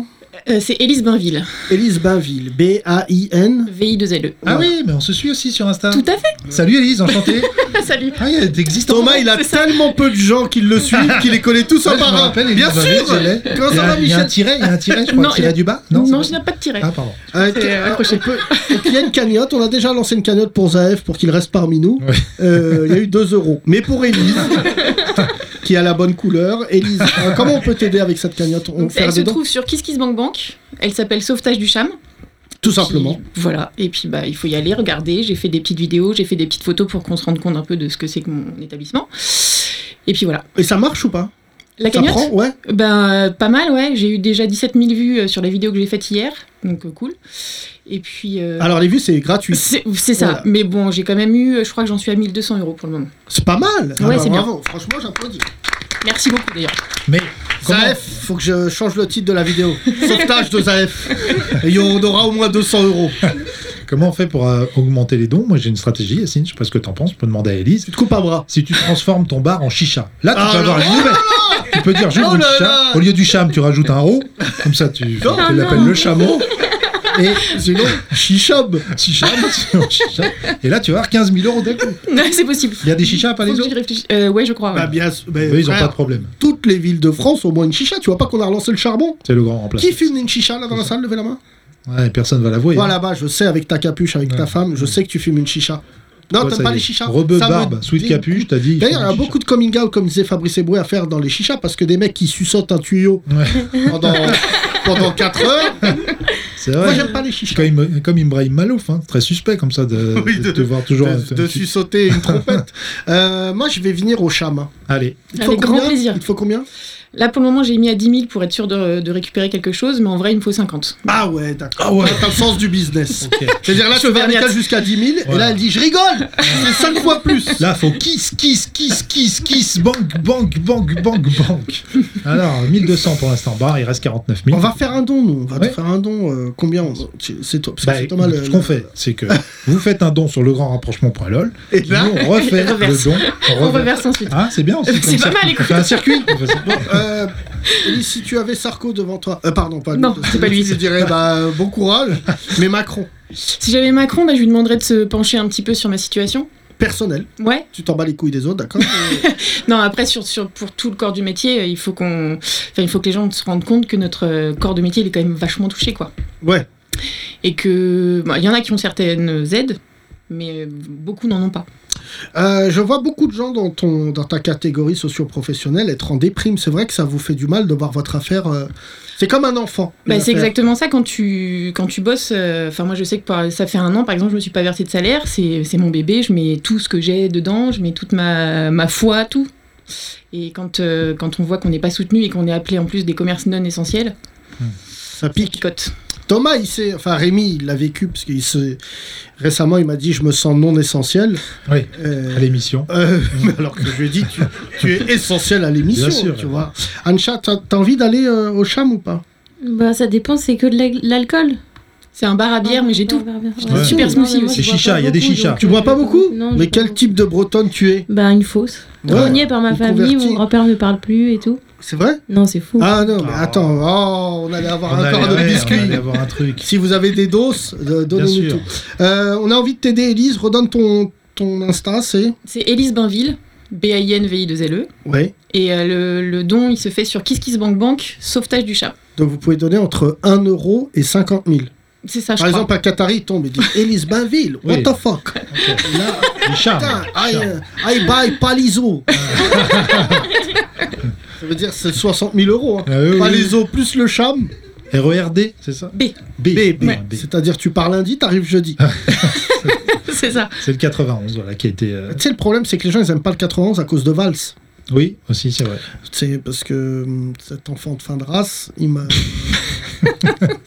Euh, c'est Élise Bainville, Élise Bainville. B-A-I-N. VI2LE. Ah oui, mais on se suit aussi sur Insta. E. Tout à fait, Salut Elise, enchanté. salut. ah, il existe Thomas, il a tellement peu de gens qui le suivent qu'il les connaît tous Ouais, en je me par un. rappelle, Bien Elise Bainville, sûr je l'ai. Comment Il y ça a- va, Il y a un Michel tiret, il y a un tiret, (laughs) je crois, Non, un tiret il y a- du bas Non, c'est je n'ai pas de tiret. pas- Ah, pardon. Euh, C'est, euh, on peut- Donc, il y a une cagnotte, on a déjà lancé une cagnotte pour Zaev pour qu'il reste parmi nous. Euh, il y a eu 2 euros. Mais pour Élise, (laughs) qui a la bonne couleur, Élise, euh, comment on peut t'aider avec cette cagnotte On Donc, fait elle se des dons trouve sur KissKissBankBank. Elle s'appelle Sauvetage du Cham. Tout Puis, simplement. voilà. Et puis, bah, il faut y aller, regarder. J'ai fait des petites vidéos, j'ai fait des petites photos pour qu'on se rende compte un peu de ce que c'est que mon établissement. Et puis voilà. Et ça marche ou pas La Ça cagnotte prend Ouais. Ben, euh, pas mal, ouais. J'ai eu déjà 17 000 vues euh, sur la vidéo que j'ai faite hier. Donc, euh, cool. Et puis. euh, Alors les vues, c'est gratuit. c'est c'est ça. Ah, Voilà. Mais bon, j'ai quand même eu. euh, Je crois que j'en suis à 1200 euros pour le moment. C'est pas mal. Ah bah Ouais, c'est bien. bravo. Franchement, j'applaudis. Merci beaucoup d'ailleurs. (laughs) Mais comment- Zaef, faut que je change le titre de la (laughs) vidéo. Sauvetage de Zaef. Et on aura au moins 200 euros. Comment on fait pour euh, augmenter les dons Moi, j'ai une stratégie, Yacine, je sais pas ce que t'en penses, tu peux demander à Elise. Tu te coupes un bras. Si tu transformes ton bar en chicha, là, tu Ah peux là avoir une nouvelle. Tu peux dire juste Oh une là chicha. là Au lieu du cham, tu rajoutes un ro. Comme ça, tu, tu Non, l'appelles non. le chameau. Et Sinon, chichob. chicha, (laughs) sinon chicha. Et là, tu vas avoir 15 000 euros d'un coup. c'est possible. Il y a des chichas à Faut Palais que je réfléchisse. Euh, ouais, je crois. ouais. Bah, bien sûr. mais Eux, Ah ils ont frère, pas de problème. Toutes les villes de France ont au moins une chicha. Tu vois pas qu'on a relancé le charbon C'est le grand remplacement. Qui fume une chicha là dans la salle Levez la main. Ouais, personne va l'avouer. Toi hein. là-bas, je sais avec ta capuche, avec ta Ouais. femme, je sais que tu fumes une chicha. Non, Toi, t'aimes ça pas y est. les chichas Rebeu, Ça me barbe, sweat dit- capuche, t'as dit. D'ailleurs, il y a beaucoup de coming out, comme disait Fabrice Eboué, à faire dans les chichas parce que des mecs qui suçotent un tuyau (laughs) Ouais. pendant, pendant 4 heures. C'est Moi, vrai. j'aime pas les Comme, chichas. Im- comme Ibrahim Malouf, hein, très suspect comme ça de, (laughs) Oui, de de- te voir toujours. euh, De, de tu- suçoter une (laughs) trompette. Euh, moi, je vais venir au cham. Allez, Il te faut Avec grand combien plaisir. Il te faut combien Là, pour le moment, j'ai mis à 10 000 pour être sûr de, de récupérer quelque chose, mais en vrai, il me faut 50. Ah ouais, d'accord. Ah ouais. T'as le sens du business. ok. (laughs) C'est-à-dire là, tu vas à Chevalette. l'étage jusqu'à 10 000 et là, Voilà. elle dit Je rigole C'est 5 fois plus Là, faut kiss, kiss, kiss, kiss, kiss, banque, banque, banque, banque, banque. Alors, 1200 pour l'instant, barre, il reste 49 000. On va faire un don, nous. On va Ouais. te faire un don. euh, combien on- tu- C'est toi. Parce que Bah, c'est Thomas le- ce qu'on fait, c'est que vous faites un don sur le grand rapprochement.lol, Et nous là, on refait le Reverse. don. On (laughs) reverse ensuite. Ah, c'est bien aussi. C'est pas mal, On écoute. (laughs) fait un circuit. On fait ça. euh, Elise, si tu avais Sarko devant toi. Euh, pardon, pas lui. Non, c'est pas lui. Je dirais bah, euh, bon courage, mais Macron. Si j'avais Macron, bah, je lui demanderais de se pencher un petit peu sur ma situation. Personnel. Ouais. Tu t'en bats les couilles des autres, d'accord Non, après, sur, sur, pour tout le corps du métier, euh, il faut, qu'on, enfin, il faut que les gens se rendent compte que notre euh, corps de métier, il est quand même vachement touché, quoi. Ouais. Et que, bon, il y en a qui ont certaines aides, mais euh, beaucoup n'en ont pas. Euh, je vois beaucoup de gens dans, ton, dans ta catégorie socio-professionnelle être en déprime. C'est vrai que ça vous fait du mal de voir votre affaire. euh, C'est comme un enfant. Bah, une c'est affaire. exactement ça quand tu, quand tu bosses. euh, Enfin, moi, je sais que par- ça fait un an, par exemple, je me suis pas versé de salaire. C'est c'est mon bébé, je mets tout ce que j'ai dedans, je mets toute ma, ma foi, tout. Et quand, euh, quand on voit qu'on n'est pas soutenu et qu'on est appelé en plus des commerces non essentiels, Ça pique. picote. Thomas, il s'est, enfin Rémi, il l'a vécu parce qu'il se récemment, il m'a dit, je me sens non essentiel. Oui, Euh, à l'émission. euh, (laughs) mais alors que je lui ai dit, tu, tu es essentiel à l'émission, Bien sûr. tu vois. Ancha, t'as, t'as envie d'aller euh, au Cham ou pas Bah, ça dépend, c'est que de l'al- l'alcool. C'est un bar à Ah, bière, mais j'ai tout. un super smoothie aussi. C'est chicha, il y a des chichas. Tu bois pas beaucoup euh, Non, je Mais quel pas type de Bretonne tu es beaucoup. Bah, une fausse. Ouais. Reniée par ma Une famille, convertie. mon grand-père ne parle plus et tout. C'est vrai Non, c'est fou. Ah non, mais Oh. attends, oh, on allait avoir un corps de biscuit. biscuits. On allait avoir un truc. Si vous avez des doses, euh, donnez-nous sûr. tout. Euh, on a envie de t'aider, Elise. Redonne ton, ton Insta, c'est. C'est Élise Bainville, B-I-N-V-I-2-L-E. Ouais. E. Et euh, le, le don, il se fait sur KissKissBankBank, sauvetage du chat. Donc vous pouvez donner entre 1 euro et 50 000. C'est ça, je Par crois. exemple, un Qatari il tombe et dit Elise Bainville, what Oui. Ah, the fuck Là, Il charme. putain, I, euh, I buy Palaiso. (laughs) Ça veut dire c'est 60 000 euros. hein. Ah oui, oui. Palaiso plus le cham. RERD, c'est ça B, B, B. B. Ouais. B. C'est-à-dire tu pars lundi, t'arrives (laughs) jeudi. (laughs) c'est ça. C'est le 91, voilà, qui a été. euh, tu sais, le problème, c'est que les gens, ils aiment pas le 91 à cause de Valls. Oui, aussi, c'est vrai. C'est parce que hum, cet enfant de fin de race, il m'a. (laughs)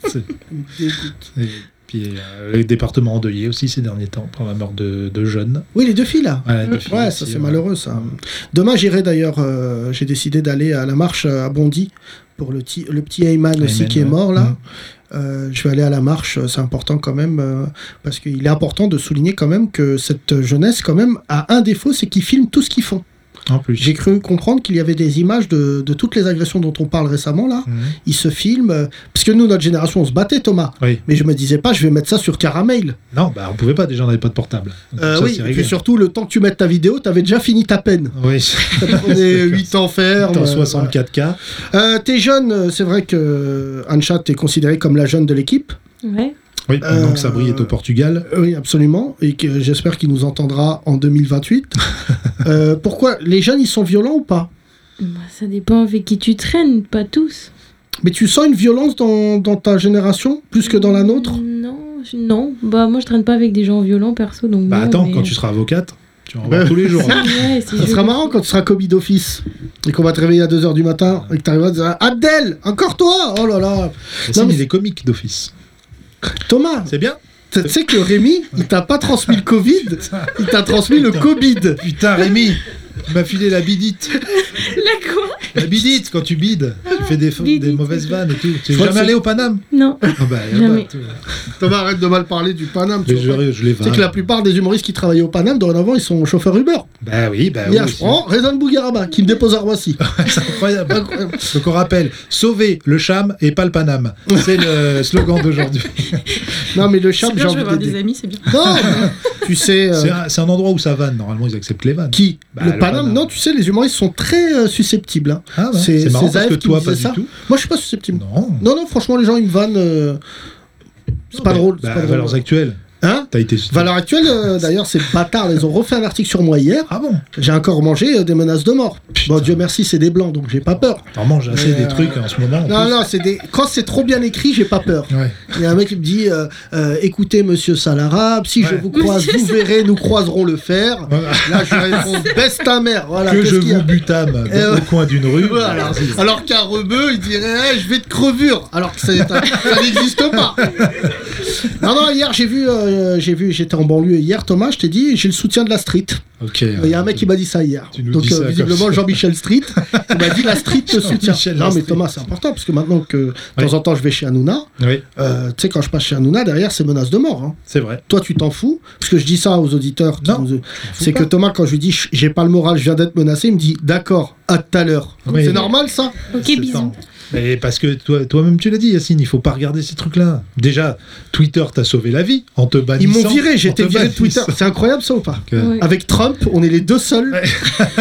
C'est- il me dégoûte. Et puis, euh, le département endeuillé aussi ces derniers temps, par la mort de, de jeunes. Oui, les deux filles là. Ouais, de Ah, filles Ouais, aussi, ça c'est ouais. malheureux ça. Demain j'irai d'ailleurs, euh, j'ai décidé d'aller à la marche euh, à Bondy pour le, ti- le petit Ayman aussi Ayman, qui est ouais. mort là. Mhm. Euh, je vais aller à la marche, euh, c'est important quand même, euh, parce qu'il est important de souligner quand même que cette jeunesse quand même a un défaut, c'est qu'ils filment tout ce qu'ils font. En plus. J'ai cru comprendre qu'il y avait des images de, de toutes les agressions dont on parle récemment là. Mhm. Ils se filment, euh, parce que nous notre génération on se battait Thomas, Oui. mais je me disais pas je vais mettre ça sur caramel. Non, bah, on pouvait pas, déjà, on n'avait pas de portable. Donc, Euh, ça, oui, c'est et réglé. puis surtout le temps que tu mettes ta vidéo, t'avais déjà fini ta peine. (laughs) Oui, c'est- Ça prenait 8 ans ferme. en euh, 64K. voilà. Euh, t'es jeune, euh, c'est vrai que euh, Ancha, t'es considérée comme la jeune de l'équipe. Ouais. Oui, pendant Euh, que Sabri est au Portugal. Euh, Oui, absolument. Et que j'espère qu'il nous entendra en (laughs) 2028. Euh, pourquoi Les jeunes, ils sont violents ou pas Bah, ça dépend avec qui tu traînes, pas tous. Mais tu sens une violence dans, dans ta génération, plus que dans la nôtre Non, je- non. Bah moi je traîne pas avec des gens violents perso donc. Bah non, attends, mais- quand tu seras avocate, tu en Bah, vas tous les (laughs) jours. (laughs) Ouais, c'est Ça sera juste- marrant quand tu seras commis d'office et qu'on va te réveiller à 2h du matin et que t'arriveras à dire Abdel, encore toi Oh là là Yacine, mais- il est comique d'office. Thomas, C'est bien tu sais que Rémi, il t'a pas transmis le Covid, il t'a transmis le Covid. Putain, Rémi Tu m'as filé la bidite (laughs) La quoi La bidite, quand tu bides, tu fais des, Bidite. des mauvaises vannes et tout. Tu es crois que c'est- jamais allé au Paname Non. Ah bah, Jamais. là-bas, tout. Thomas, arrête de mal parler du Paname. tu Mais vois pas. je, je les C'est vannes. que la plupart des humoristes qui travaillaient au Paname, dorénavant, ils sont chauffeurs Uber. Bah oui, bah Hier, oui. je prends Redon Bougueraba, qui me dépose à Roissy. C'est incroyable. Donc on rappelle, sauvez le cham et pas le Paname. C'est le slogan d'aujourd'hui. non, mais le chat, C'est j'ai bien, je envie vais voir des d'aider. amis, c'est bien. Non, mais tu sais... (laughs) euh, C'est un, c'est un endroit où ça vanne. Normalement, ils acceptent les vannes. Qui Bah, Le le Paname Paname. Non, tu sais, les humoristes sont très euh, susceptibles. hein. Ah ouais, C'est- c'est marrant c'est parce Zaev que qui toi, me pas disait du tout. Moi, je suis pas susceptible. Non. Non, non, franchement, les gens, ils me vannent. euh, C'est pas Bah, drôle. c'est bah, pas drôle. valeurs actuelles. Hein T'as été. Valeurs actuelles, (laughs) euh, d'ailleurs, c'est bâtard. Ils ont refait un article sur moi hier. Ah bon J'ai encore mangé euh, des menaces de mort. Bon, Dieu merci, c'est des blancs, donc j'ai pas peur. T'en manges assez Mais, des euh, trucs hein, en ce moment. en Non, plus. non, c'est des... quand c'est trop bien écrit, j'ai pas peur. Ouais. Il y a un mec qui me dit euh, euh, écoutez, monsieur Salarab, si je Ouais. vous croise, vous verrez, nous croiserons le fer. Là, je réponds baisse ta mère. Voilà, que qu'est-ce je qu'il y a Eh vous butame dans ouais. le coin d'une rue. Voilà, alors, alors qu'un rebeu, il dirait Eh, je vais te crevure, alors que c'est un- (laughs) ça n'existe pas. Non, non, hier j'ai vu, euh, j'ai vu, j'étais en banlieue hier, Thomas, je t'ai dit, j'ai le soutien de la street. Ok. euh, Il y a un mec qui m'a dit ça hier. Ah, Tu nous Donc dis ça euh, comme visiblement ça. Jean-Michel Street, il m'a dit la street te soutient. Jean-Michel Non la mais street. Thomas, c'est important parce que maintenant que de Ouais. temps en temps je vais chez Hanouna, Oui, euh, tu sais quand je passe chez Hanouna derrière c'est menace de mort. hein. c'est vrai. Toi tu t'en fous parce que je dis ça aux auditeurs. qui Non, nous- fous C'est pas. que Thomas quand je lui dis j'ai pas le moral, je viens d'être menacé, il me dit d'accord, à tout à l'heure. Oui. C'est normal ça Ok C'est bisous. temps. Mais parce que toi- toi-même, tu l'as dit, Yacine, il faut pas regarder ces trucs-là. Déjà, Twitter t'a sauvé la vie en te Ils bannissant. m'ont viré, j'ai en te été viré de Twitter. (laughs) bannissant. C'est incroyable ça ou pas Donc, euh, Ouais. Avec Trump, on est les deux seuls. (laughs)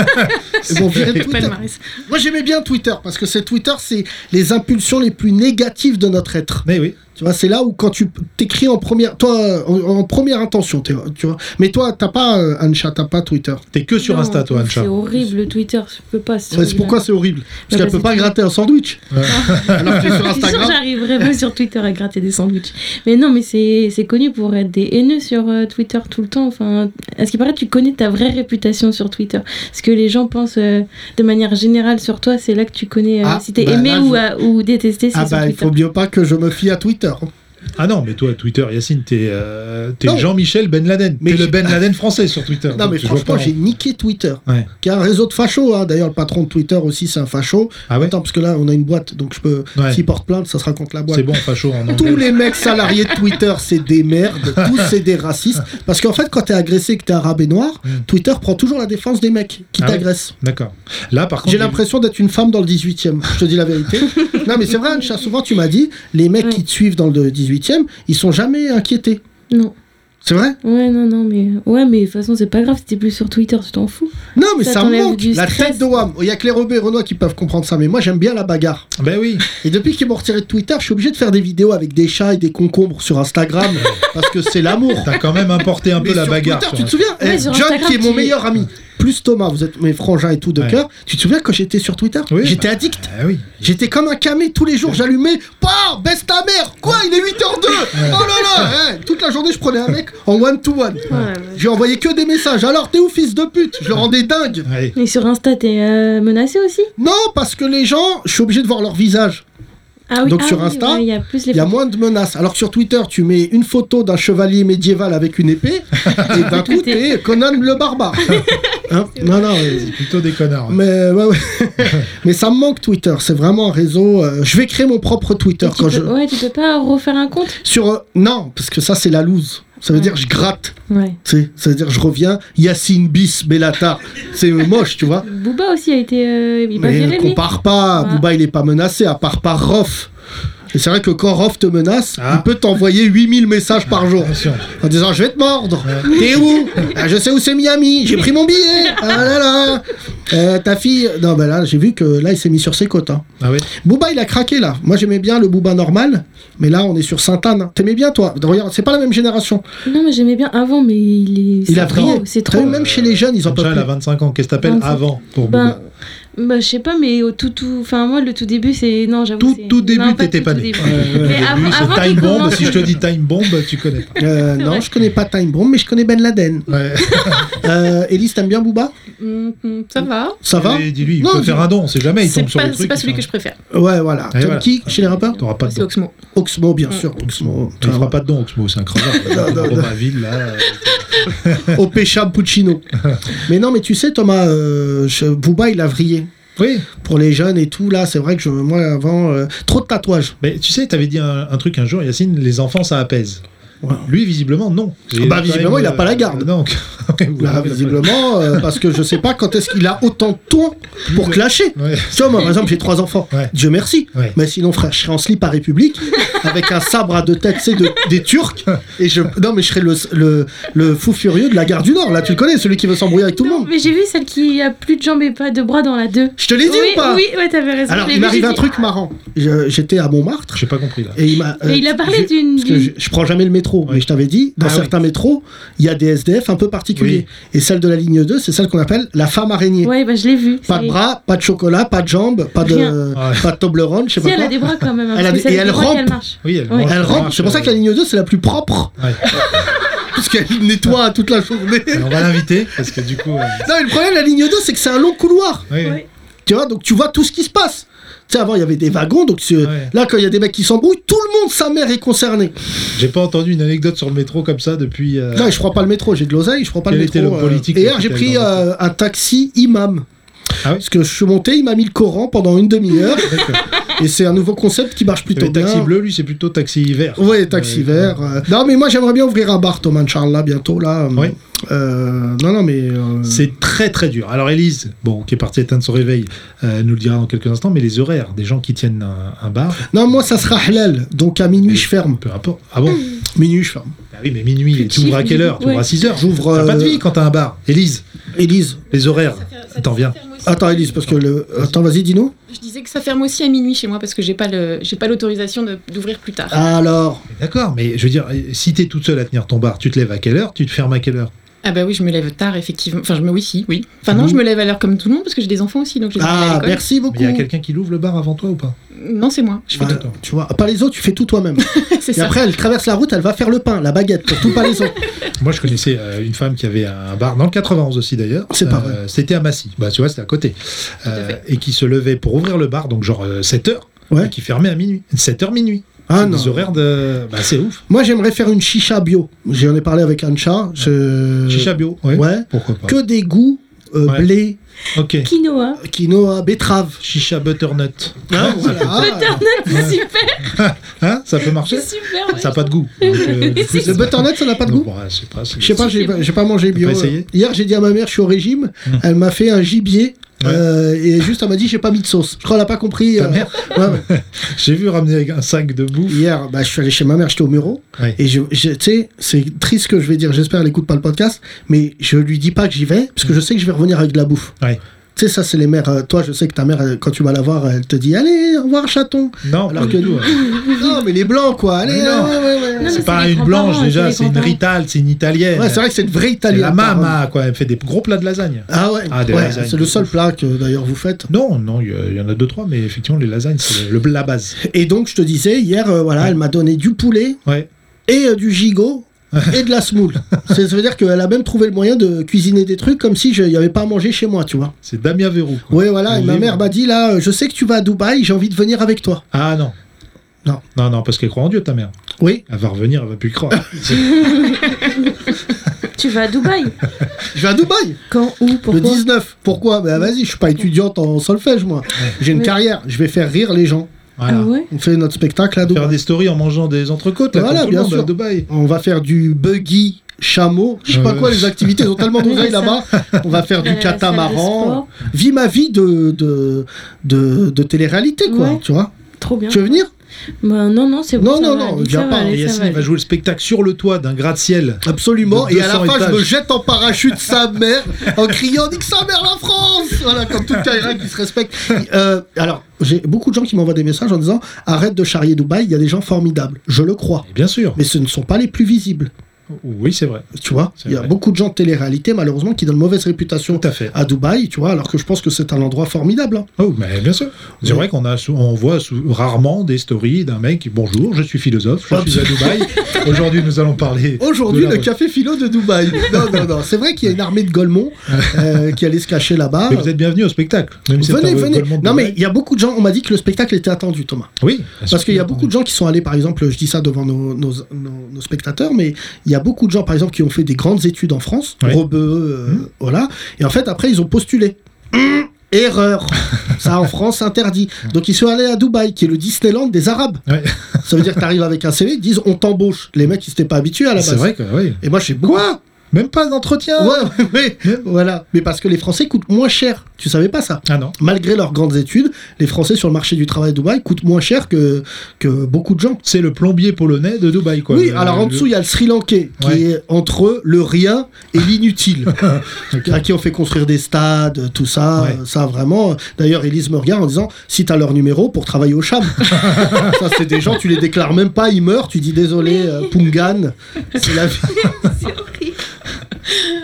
Ils m'ont viré de Twitter. Palmarès. Moi j'aimais bien Twitter parce que c'est Twitter, c'est les impulsions les plus négatives de notre être. Mais oui, Tu vois, c'est là où quand tu t'écris en première, toi en, en première intention, t'es- tu vois. Mais toi, t'as pas euh, Ancha, t'as pas Twitter. t'es que sur Non, Insta, toi, C'est Ancha. horrible le Twitter, je peux pas. Ouais, ce c'est truc-là. pourquoi c'est horrible Bah, Parce qu'elle parce peut que pas tu- gratter un sandwich. Alors que sur (laughs) Je suis sûre que Instagram, j'arriverai pas sur Twitter à gratter des sandwichs. Mais non, mais c'est c'est connu pour être des haineux sur euh, Twitter tout le temps. Enfin, à ce qui paraît, tu connais ta vraie réputation sur Twitter. Ce que les gens pensent euh, de manière générale sur toi, c'est là que tu connais euh, Ah, si t'es bah aimé là, ou, je- à- ou détesté, c'est ah sur bah il Twitter. faut bien pas que je me fie à Twitter. Ah non, mais toi, Twitter, Yacine, t'es euh, t'es Non. Jean-Michel Ben Laden. Mais T'es le j'ai- Ben Laden français sur Twitter. Non, donc mais je vois franchement, pas- hein. j'ai niqué Twitter, Ouais. qui est un réseau de fachos. hein. D'ailleurs, le patron de Twitter aussi, c'est un facho. Ah ouais Attends, parce que là, on a une boîte, donc je peux. Ouais. S'ils portent plainte, ça sera contre la boîte. C'est bon, pas chaud en anglais. Tous les mecs salariés de Twitter, c'est des (laughs) merdes. Tous, c'est des racistes. Parce qu'en fait, quand t'es agressé et que t'es arabe et noir, Mm. Twitter prend toujours la défense des mecs qui Ah ouais t'agressent. D'accord. Là, par contre, J'ai l'impression d'être une femme dans le 18e. Je te dis la (laughs) vérité. non, mais c'est vrai, Ancha, souvent tu m'as dit, les mecs Ouais. qui te suivent dans le 18e, ils sont jamais inquiétés. Non. C'est vrai Ouais, non, non, mais. Ouais, mais de toute façon, c'est pas grave, c'était plus sur Twitter, tu t'en fous. Non, mais Ça ça, me t'enlève manque. du La stress. tête de Wam. Il y a que les Robert et Renoir qui peuvent comprendre ça, mais moi j'aime bien la bagarre. Ben oui. Et depuis qu'ils m'ont retiré de Twitter, je suis obligé de faire des vidéos avec des chats et des concombres sur (laughs) Instagram parce que c'est l'amour. T'as quand même importé un peu Mais la sur bagarre. Twitter, sur- tu te souviens Ouais, Eh, sur John, Instagram, qui est mon tu- meilleur ami, plus Thomas, vous êtes mes frangins et tout de Ouais. cœur. Tu te souviens quand j'étais sur Twitter Oui, J'étais addict. Ah oui. J'étais comme un camé tous les jours, j'allumais, bah, baisse ta mère, quoi, il est 8h02, oh là là, hein. toute la journée je prenais un mec en one-to-one. J'ai envoyé que des messages, alors t'es où fils de pute Je le rendais dingue. Ouais. Et sur Insta, t'es euh, menacé aussi Non, parce que les gens, je suis obligé de voir leur visage. Ah oui, Donc ah sur oui, Insta, ouais, il y a plus les Il y a moins de menaces. Alors que sur Twitter, tu mets une photo d'un chevalier médiéval avec une (laughs) épée, et d'un coup, t'es Conan le barbare. Hein non, non, euh, C'est plutôt des connards. hein. mais, ouais, (laughs) ouais. mais ça me manque Twitter. C'est vraiment un réseau. euh, je vais créer mon propre Twitter Et tu quand peux- je. Ouais, tu peux pas refaire un compte Sur. euh, non, parce que ça, c'est la loose. Ça veut Ouais. dire je gratte. Ouais. tu sais. Ça veut dire je reviens. Yacine Bis Bellata. C'est euh, moche, tu vois. Booba aussi a été. euh, il est pas Mais viré, ne lui. compare pas, Ouais. Booba il est pas menacé, à part par Rof. Et c'est vrai que quand Rof te menace, Ah. il peut t'envoyer 8000 messages par (laughs) jour Attention. en disant je vais te mordre, t'es où Ah, Je sais où c'est Miami, j'ai pris mon billet, ah là là Euh, Ta fille, non bah là j'ai vu que là il s'est mis sur ses côtes. hein. Ah oui. Booba il a craqué là, moi j'aimais bien le Booba normal, mais là on est sur Sainte-Anne. hein. T'aimais bien toi, regarde c'est pas la même génération. Non, mais j'aimais bien avant, mais il est. Il a c'est vrillé. trop, C'est T'as vu, trop. même chez les jeunes ils en Déjà, peuvent elle a plus. 25 ans. Qu'est-ce que t'appelles 25. avant pour Ben, Booba bah, je sais pas, mais au tout, tout. Enfin, moi, le tout début, c'est. Non, j'avoue. Tout, c'est- tout début, non, t'étais tout, pas tout né. début. Euh, Mais avant, Lui, c'est avant qu'il Time Bomb. commence- Si je te dis Time Bomb, tu connais pas. Euh, non je connais pas Time Bomb mais je connais Ben Laden. Ouais. Euh, Elise t'aimes bien Booba Hum, hum, ça va. Ça va Et Dis-lui, il Non, peut dis- faire un don. On sait jamais. Il C'est tombe sur pas, le c'est truc. pas celui que je préfère. Ouais, voilà. Et Tom voilà. qui chez les rappeurs T'auras pas de C'est don. Oxmo. Oxmo, bien sûr. Oxmo. Tu feras pas de don, Oxmo. C'est (laughs) un crevard. Dans ma ville, là. euh, Au pécha Puccino. mais non, mais tu sais, Thomas, euh, je- Booba, il a vrillé. Oui. Pour les jeunes et tout, là, c'est vrai que je, moi, avant, euh, trop de tatouages. Mais tu sais, t'avais dit un, un truc un jour, Yacine, les enfants, ça apaise. Ouais. Lui, visiblement, non. Ah bah, visiblement, il a euh, pas la garde. (laughs) Donc, Là, visiblement, euh, parce que je sais pas quand est-ce qu'il a autant de temps pour clasher. Ouais. Tu vois, moi, par exemple, j'ai trois enfants. Ouais. Dieu merci. Ouais. Mais sinon, frère, je serais en slip à République, avec un sabre à deux têtes, c'est de, des Turcs. Et je, non, mais je serais le, le, le fou furieux de la gare du Nord. Là, tu le connais, celui qui veut s'embrouiller avec tout le Non, monde. mais j'ai vu celle qui a plus de jambes et pas de bras dans la 2. Je te l'ai dit oui, ou pas oui, ouais, t'avais raison. Alors, je l'ai il vu, m'arrive j'ai un dit- truc marrant. Je- J'étais à Montmartre J'ai pas compris, là. et il m'a. euh, Mais il a parlé je- d'une- parce que je, je prends jamais le métro, mais je t'avais dit, dans Ah oui. certains métros, il y a des SDF un peu particuliers. Et celle de la ligne 2, c'est celle qu'on appelle la femme araignée. Ouais, bah, je l'ai vu. Pas de c'est- bras, pas de chocolat, pas de jambes, pas de, Rien. Ouais. pas de Toblerone, je sais Si, pas elle quoi. a des bras quand même. hein, Elle a parce que des- c'est et elle avec les bras rampe. qu'elle marche. Oui, elle, Ouais. mange, Elle ça rampe, marche, c'est pour ça que la euh, ligne 2 c'est la plus propre, ouais. (laughs) parce qu'elle nettoie toute la journée. Alors, On va l'inviter, parce que du coup. euh, Non, mais le problème, la ligne 2, c'est que c'est un long couloir. oui, Ouais. Tu vois, donc tu vois tout ce qui se passe. Tu sais, avant, il y avait des wagons, donc c'est- Ouais. là, quand il y a des mecs qui s'embrouillent, tout le monde, sa mère, est concernée. J'ai pas entendu une anecdote sur le métro comme ça depuis. euh, (laughs) Là, je prends pas le métro, j'ai de l'oseille, je prends pas le Quel était métro. le euh, politique et hier, qui j'ai était pris dans le euh, un taxi imam. Ah oui Parce que je suis monté, il m'a mis le Coran pendant une (laughs) demi-heure. et c'est un nouveau concept qui marche plutôt le taxi bien. bleu, lui, c'est plutôt taxi vert. Ouais, taxi Euh, vert. euh. Non, mais moi j'aimerais bien ouvrir un bar, Thomas Charles, bientôt, là. euh, Oui. euh, non, non, mais. euh, C'est très très dur. Alors Elise, bon, qui est partie éteindre son réveil, euh, elle nous le dira dans quelques instants, mais les horaires des gens qui tiennent un, un bar, Non, moi ça sera halal. Donc à minuit, Mais- je ferme. peu importe. (coughs) Ah bon Minuit, je ferme. Ah oui, mais minuit, Tu tu ouvres à kiffes, quelle heure Tu ouvres ouais. à 6 heures J'ouvre, T'as pas de euh, vie quand t'as un bar. Élise, Élise. les horaires, t'en viens. Attends, Élise, parce que le. Attends, vas-y, dis-nous. Je disais que ça ferme aussi à minuit chez moi parce que j'ai pas le, j'ai pas l'autorisation de- d'ouvrir plus tard. Alors. D'accord, mais je veux dire, euh, si t'es toute seule à tenir ton bar, tu te lèves à quelle heure Tu te fermes à quelle heure Ah bah oui, je me lève tard effectivement. Enfin, je me oui, si, oui. Enfin non, je me lève à l'heure comme tout le monde parce que j'ai des enfants aussi, donc je les emmène à Ah, l'école. merci Mais beaucoup. il y a quelqu'un qui l'ouvre le bar avant toi ou pas Non, c'est moi. (laughs) Je fais Voilà, tout. tu vois, pas les autres, tu fais tout toi-même. tout. c'est Et ça. après, elle traverse la route, elle va faire le pain, la baguette, pour tout pas les autres. Moi, je connaissais euh, une femme qui avait un bar dans le 91 aussi d'ailleurs. C'est pas Euh, C'était à Massy. Bah, tu vois, c'était à côté. à fait. Euh, et qui se levait pour ouvrir le bar, donc genre 7h, Ouais. et qui fermait à minuit. 7h minuit. (laughs) Ah non. Les horaires de. Bah, c'est ouf. Moi, j'aimerais faire une chicha bio. J'en ai parlé avec Ancha. Je... Chicha bio, ouais. Euh, ouais. Pourquoi pas. Que des goûts euh, Ouais. blé, Ok. Quinoa. quinoa, betterave. Chicha butternut. Hein, (laughs) voilà. C'est (laughs) super, Hein Ça peut marcher c'est super. ouais. Ça n'a pas de goût. Donc, (laughs) euh, du coup, Ah, Le c'est- butternut, ça n'a pas de Donc, goût bah, je sais pas. c'est- Je sais pas, j'ai pas, j'ai pas mangé bio. pas essayé Hmm. Hier, j'ai dit à ma mère, je suis au régime. Elle m'a fait un gibier. Ouais. euh, et juste, elle m'a dit, j'ai pas mis de sauce. Je crois qu'elle a pas compris. Ta euh, mère ouais, ouais. (laughs) J'ai vu ramener avec un sac de bouffe. Hier, bah, je suis allé chez ma mère, j'étais au Muro. Ouais. Et je, je- tu sais, c'est triste ce que je vais dire, j'espère qu'elle écoute pas le podcast, mais je lui dis pas que j'y vais, parce que je sais que je vais revenir avec de la bouffe. Mm. Ouais. Tu sais, ça, c'est les mères. euh, toi, je sais que ta mère, elle, quand tu vas la voir, elle te dit Allez, au revoir, chaton. Non, Alors pas que du tout, nous- euh, hein. non, mais les blancs, quoi. Allez, Mais non. ouais, ouais, ouais. Non, mais C'est c'est pas les une blanche grands-parents, déjà, les c'est une grands-parents. Rital, c'est une italienne. Ouais, c'est vrai que c'est une vraie C'est italienne. la apparemment. mama, quoi. Elle fait des gros plats de lasagne. Ah ouais, Ah, des ouais, lasagnes c'est de le seul ouf. plat que d'ailleurs vous faites. Non, non, il y a- il y, en a deux, trois, mais effectivement, les lasagnes, c'est le, le- la base. Et donc, je te disais, hier, euh, voilà, Ouais. elle m'a donné du poulet Ouais. et euh, du gigot et de la (laughs) semoule. C'est- ça veut dire qu'elle a même trouvé le moyen de cuisiner des trucs comme si je n'y avais pas à manger chez moi, tu vois. C'est Damien Verrou. quoi. Ouais, voilà, et Elle ma est- mère m'a dit, là, euh, je sais que tu vas à Dubaï, j'ai envie de venir avec toi. Ah non. Non. Non, non, parce qu'elle croit en Dieu, ta mère. Oui, Elle va revenir, elle va plus y croire. Ah Tu vas à Dubaï je vais à Dubaï Quand Où Pourquoi le 19. Pourquoi Bah vas-y, je suis pas étudiante en solfège, moi. J'ai une Ouais. carrière, je vais faire rire les gens. Voilà. Ah ouais On fait notre spectacle à Faire Dubaï. des stories en mangeant des entrecôtes, là, Voilà, comme tout le bien monde, sûr. à Dubaï. On va faire du buggy, chameau, je sais pas Euh. quoi, les activités, ils ont tellement (laughs) Oui, d'oseille c'est ça. là-bas. On va faire Euh, du la salle de catamaran. sport. Vis ma vie de, de, de, de télé-réalité, quoi, Ouais. tu vois. Trop bien. Tu veux venir Bah, non, non, c'est bon. Non, ça non, va non, aller, viens ça pas, va aller, Et ça Yacine, va il va aller. jouer le spectacle sur le toit d'un gratte-ciel. Absolument. De Et à la 200 fin, je me étages. jette en parachute sa mère en criant Nique sa mère la France Voilà, comme tout Kaira qui se respecte. Euh, alors, j'ai beaucoup de gens qui m'envoient des messages en disant Arrête de charrier Dubaï, il y a des gens formidables. Je le crois. Et bien sûr. Mais ce ne sont pas les plus visibles. Oui, c'est vrai. Tu vois, C'est il y a vrai. beaucoup de gens de télé-réalité, malheureusement, qui donnent mauvaise réputation Tout à fait. à Dubaï, tu vois, alors que je pense que c'est un endroit formidable. hein. Oh, mais bien sûr. C'est Oui. vrai qu'on a, sou- on voit sou- rarement des stories d'un mec qui, bonjour, je suis philosophe, je Hop. Oh, suis à Dubaï. (laughs) Aujourd'hui, nous allons parler. Aujourd'hui, de la le re- café philo de (laughs) Dubaï. Non, non, non. C'est vrai qu'il y a une armée de Golemont euh, qui allait se cacher là-bas. Mais vous êtes bienvenus au spectacle. Même si Venez, c'est un venez. Golemont de Non, mais Dubaï. il y a beaucoup de gens. On m'a dit que le spectacle était attendu, Thomas. Oui. Parce qu'il y a beaucoup de gens qui sont allés, par exemple, je dis ça devant nos, nos, nos- nos spectateurs, mais il y a beaucoup de gens, par exemple, qui ont fait des grandes études en France, Ouais. Rebeu, euh, Hum. voilà, et en fait, après, ils ont postulé. Hum, (laughs) Erreur Ça, en France, c'est interdit. Donc, ils sont allés à Dubaï, qui est le Disneyland des Arabes. Ouais. Ça veut dire que t'arrives avec un CV, ils disent on t'embauche. Les mecs, ils s'étaient pas habitués à la base. C'est vrai que, oui. Et moi, je suis quoi Même pas d'entretien. (laughs) Ouais, mais voilà. Mais parce que les Français coûtent moins cher. Tu savais pas ça Ah non. Malgré leurs grandes études, les Français sur le marché du travail de Dubaï coûtent moins cher que, que beaucoup de gens. C'est le plombier polonais de Dubaï, quoi. oui, Le- alors en le- dessous, il y a le Sri Lankais, qui Ouais. est entre eux le rien et (laughs) l'inutile, à qui on fait construire des stades, tout ça, Ouais. euh, ça vraiment. D'ailleurs, Elise me regarde en disant, si t'as leur numéro pour travailler au Cham. (laughs) ça, c'est des gens, tu les déclares même pas, ils meurent, tu dis désolé, euh, Pungan, c'est la vie.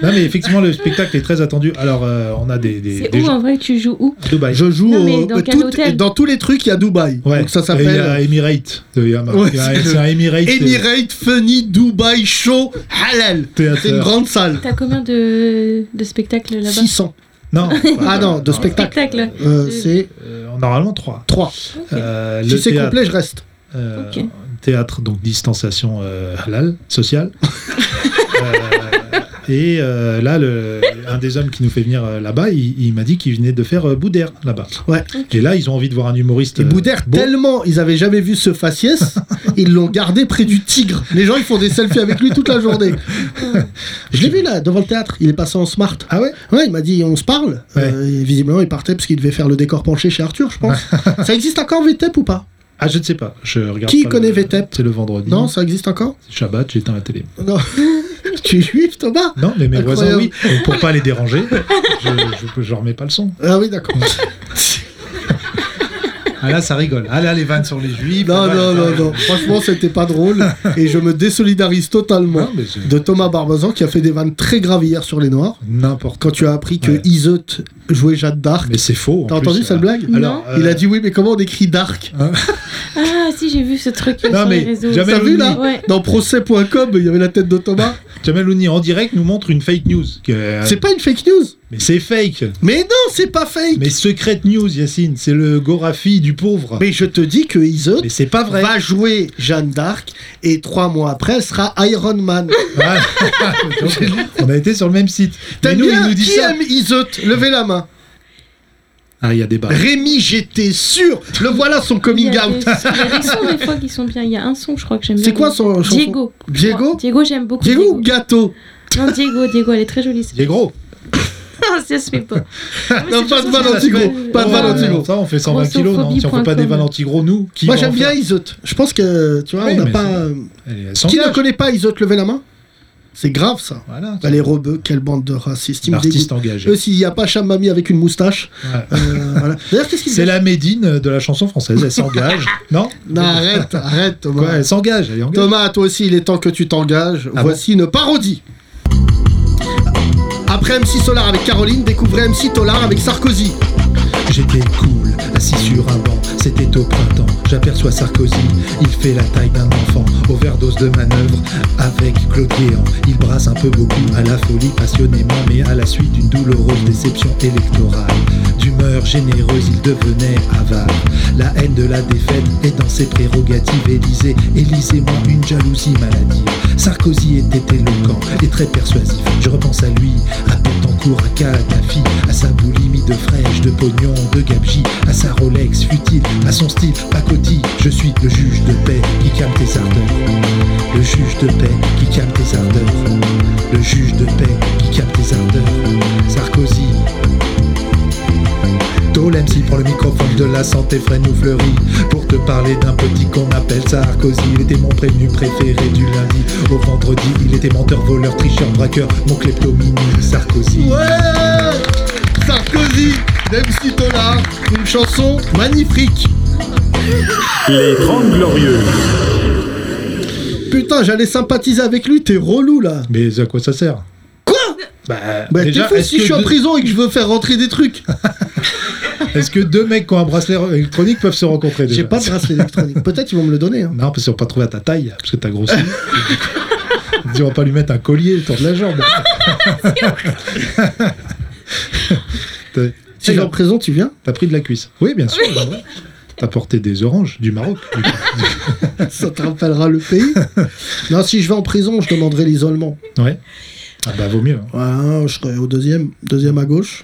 Non, mais effectivement, le spectacle est très attendu. Alors, euh, on a des. des, C'est des où hein gens- en vrai Tu joues où à Dubaï. Je joue Non, mais au- euh, dans quel tout- hôtel dans tous les trucs, il y a Dubaï. Ouais. Donc ça Et il y a s'appelle euh, Emirate. de Yama. Ouais, Il y a- c'est c'est le- un Emirate. Emirate Funny Dubai Show Halal. Théâtre. C'est une grande salle. T'as combien de, de spectacles là-bas 600. Non. (laughs) Ah non, de spectacle. Spectacles Euh, c'est Euh, normalement, trois. 3. Ok. Euh, Si le c'est théâtre, complet, je reste. euh, Ok. théâtre, donc distanciation euh, halal, sociale. Euh, et euh, là, le, un des hommes qui nous fait venir euh, là-bas, il, il m'a dit qu'il venait de faire euh, Boudère là-bas. Ouais. Et là, ils ont envie de voir un humoriste. Et euh, Boudère, beau. tellement ils avaient jamais vu ce (laughs) faciès, ils l'ont gardé près du tigre. Les gens, ils font des selfies avec lui toute la (laughs) journée. Je l'ai vu là, devant le théâtre. Il est passé en smart. Ah ouais Ouais, il m'a dit on se parle. Ouais. Euh, et visiblement, il partait parce qu'il devait faire le décor penché chez Arthur, je (laughs) pense. ça existe encore VTEP ou pas Ah, je ne sais pas. Je regarde Qui pas connaît le- VTEP C'est le vendredi. Non, ça existe encore C'est Shabbat, j'éteins la télé. Non. tu es juif, Thomas Non, mais mes voisins, Incroyable. oui. Donc, pour pas les déranger, je je- je leur mets pas le son. Ah oui, (laughs) d'accord. Ah là, ça rigole. Ah là, les vannes sur les juifs. Non, les non, vannes- non, non. Franchement, c'était pas drôle. Et je me désolidarise totalement Non, mais c'est- de Thomas Barbazan qui a fait des vannes très graves hier sur les Noirs. N'importe Quand tu as appris que Ouais. Iseut jouait Jeanne d'Arc. Mais c'est faux. en T'as plus. euh, entendu cette blague euh, Alors, Il a dit oui, mais comment on écrit Dark Ah si, j'ai vu ce truc euh, Non, sur mais les réseaux. jamais T'as Jamel vu Ouni. là Ouais. (laughs) Dans (laughs) procès.com, il y avait la tête de Thomas. Jamel Ouni en direct nous montre une fake news. qui est- C'est pas une fake news Mais c'est fake Mais non, c'est pas fake. Mais, Mais Secret News, Yacine, c'est le Gorafi du pauvre. Mais, je te dis que Iseut c'est pas vrai. va jouer Jeanne d'Arc et trois mois après, elle sera Iron Man. Ah, (laughs) on a été sur le même site. Mais (laughs) T'aimes nous, il bien nous dit Qui ça. aime Iseut Levez la main. Ah, il y a débat. Rémi, j'étais sûr. Le voilà son Il coming y a out. des- il y a des sons des fois qui sont bien. Il y a un son, je crois que j'aime bien. C'est quoi son chanson Diego. Diego Diego, j'aime beaucoup. Diego ou Gâteau Non, Diego, Diego, elle est très (laughs) jolie. Il est gros. Ah, (laughs) ça se fait pas. Non, pas de Valentigo. Pas de Oh, Valentigo. Ça, on fait 120 kilos, non Si on fait pas des Grossophobie.com. Valentigros, nous, qui Moi va en j'aime bien faire Iseut. Je pense que tu vois, Oui, on n'a mais pas. c'est- euh, Allez, elle Qui ne s'engage. connaît pas Iseut Levez la main. C'est grave ça. Voilà. Bah, les rebeux, quelle bande de racistes. ils me L'artiste dégoûtent. engagé. Eux, s'il n'y a pas Chamami avec une moustache. Ouais. euh, voilà. D'ailleurs, qu'est-ce qu'ils C'est la Médine de la chanson française. Elle (laughs) s'engage. non Non, arrête, arrête, Thomas. Quoi Elle s'engage. Elle est engagée. Thomas, à toi aussi, il est temps que tu t'engages. Ah Voici une parodie. Après MC Solar avec Caroline, découvrez MC Tolar avec Sarkozy. J'étais cool, assis sur un banc, c'était au printemps, j'aperçois Sarkozy, il fait la taille d'un enfant, overdose de manœuvre avec Claude Guéant, il brasse un peu beaucoup à la folie passionnément, mais à la suite d'une douloureuse déception électorale. D'humeur généreuse, il devenait avare. La haine de la défaite est dans ses prérogatives, Élisée, élisez-moi une jalousie maladive. Sarkozy était éloquent et très persuasif, je repense à lui, à Bettencourt, à Kadhafi, à sa boulimie de fraîche, de pognon, de gabegie, à sa Rolex futile, à son style pacotille. Je suis le juge de paix qui calme tes ardeurs. Le juge de paix qui calme tes ardeurs. Le juge de paix qui calme tes ardeurs. Sarkozy. Tolem s'y prend le microphone de la santé freine ou fleurit Pour te parler d'un petit qu'on appelle Sarkozy Il était mon prévenu préféré du lundi au vendredi Il était menteur, voleur, tricheur, braqueur, mon kleptomini Sarkozy Ouais Sarkozy, MC Tolar, une chanson magnifique. Les 30 Glorieuses. Putain, j'allais sympathiser avec lui, t'es relou là. Mais à quoi ça sert Quoi Bah, Bah t'es déjà, fou est-ce si que je suis en deux- prison et que je veux faire rentrer des trucs. (laughs) Est-ce que deux mecs qui ont un bracelet électronique peuvent se rencontrer déjà J'ai pas de bracelet (laughs) électronique. Peut-être ils vont me le donner. hein. Non, parce qu'on va pas trouver à ta taille, parce que (laughs) t'as grossi. On dit, on va pas lui mettre un collier autour de la jambe. Ah, (laughs) T'as- Si je suis en prison, tu viens T'as pris de la cuisse Oui, bien sûr. bah ouais. T'as porté des oranges du Maroc. du coup. Ça te rappellera le (laughs) pays. Non, si je vais en prison, je demanderai l'isolement. Ouais. Ah bah vaut mieux. hein. Ouais, je serai au deuxième, deuxième à (laughs) gauche.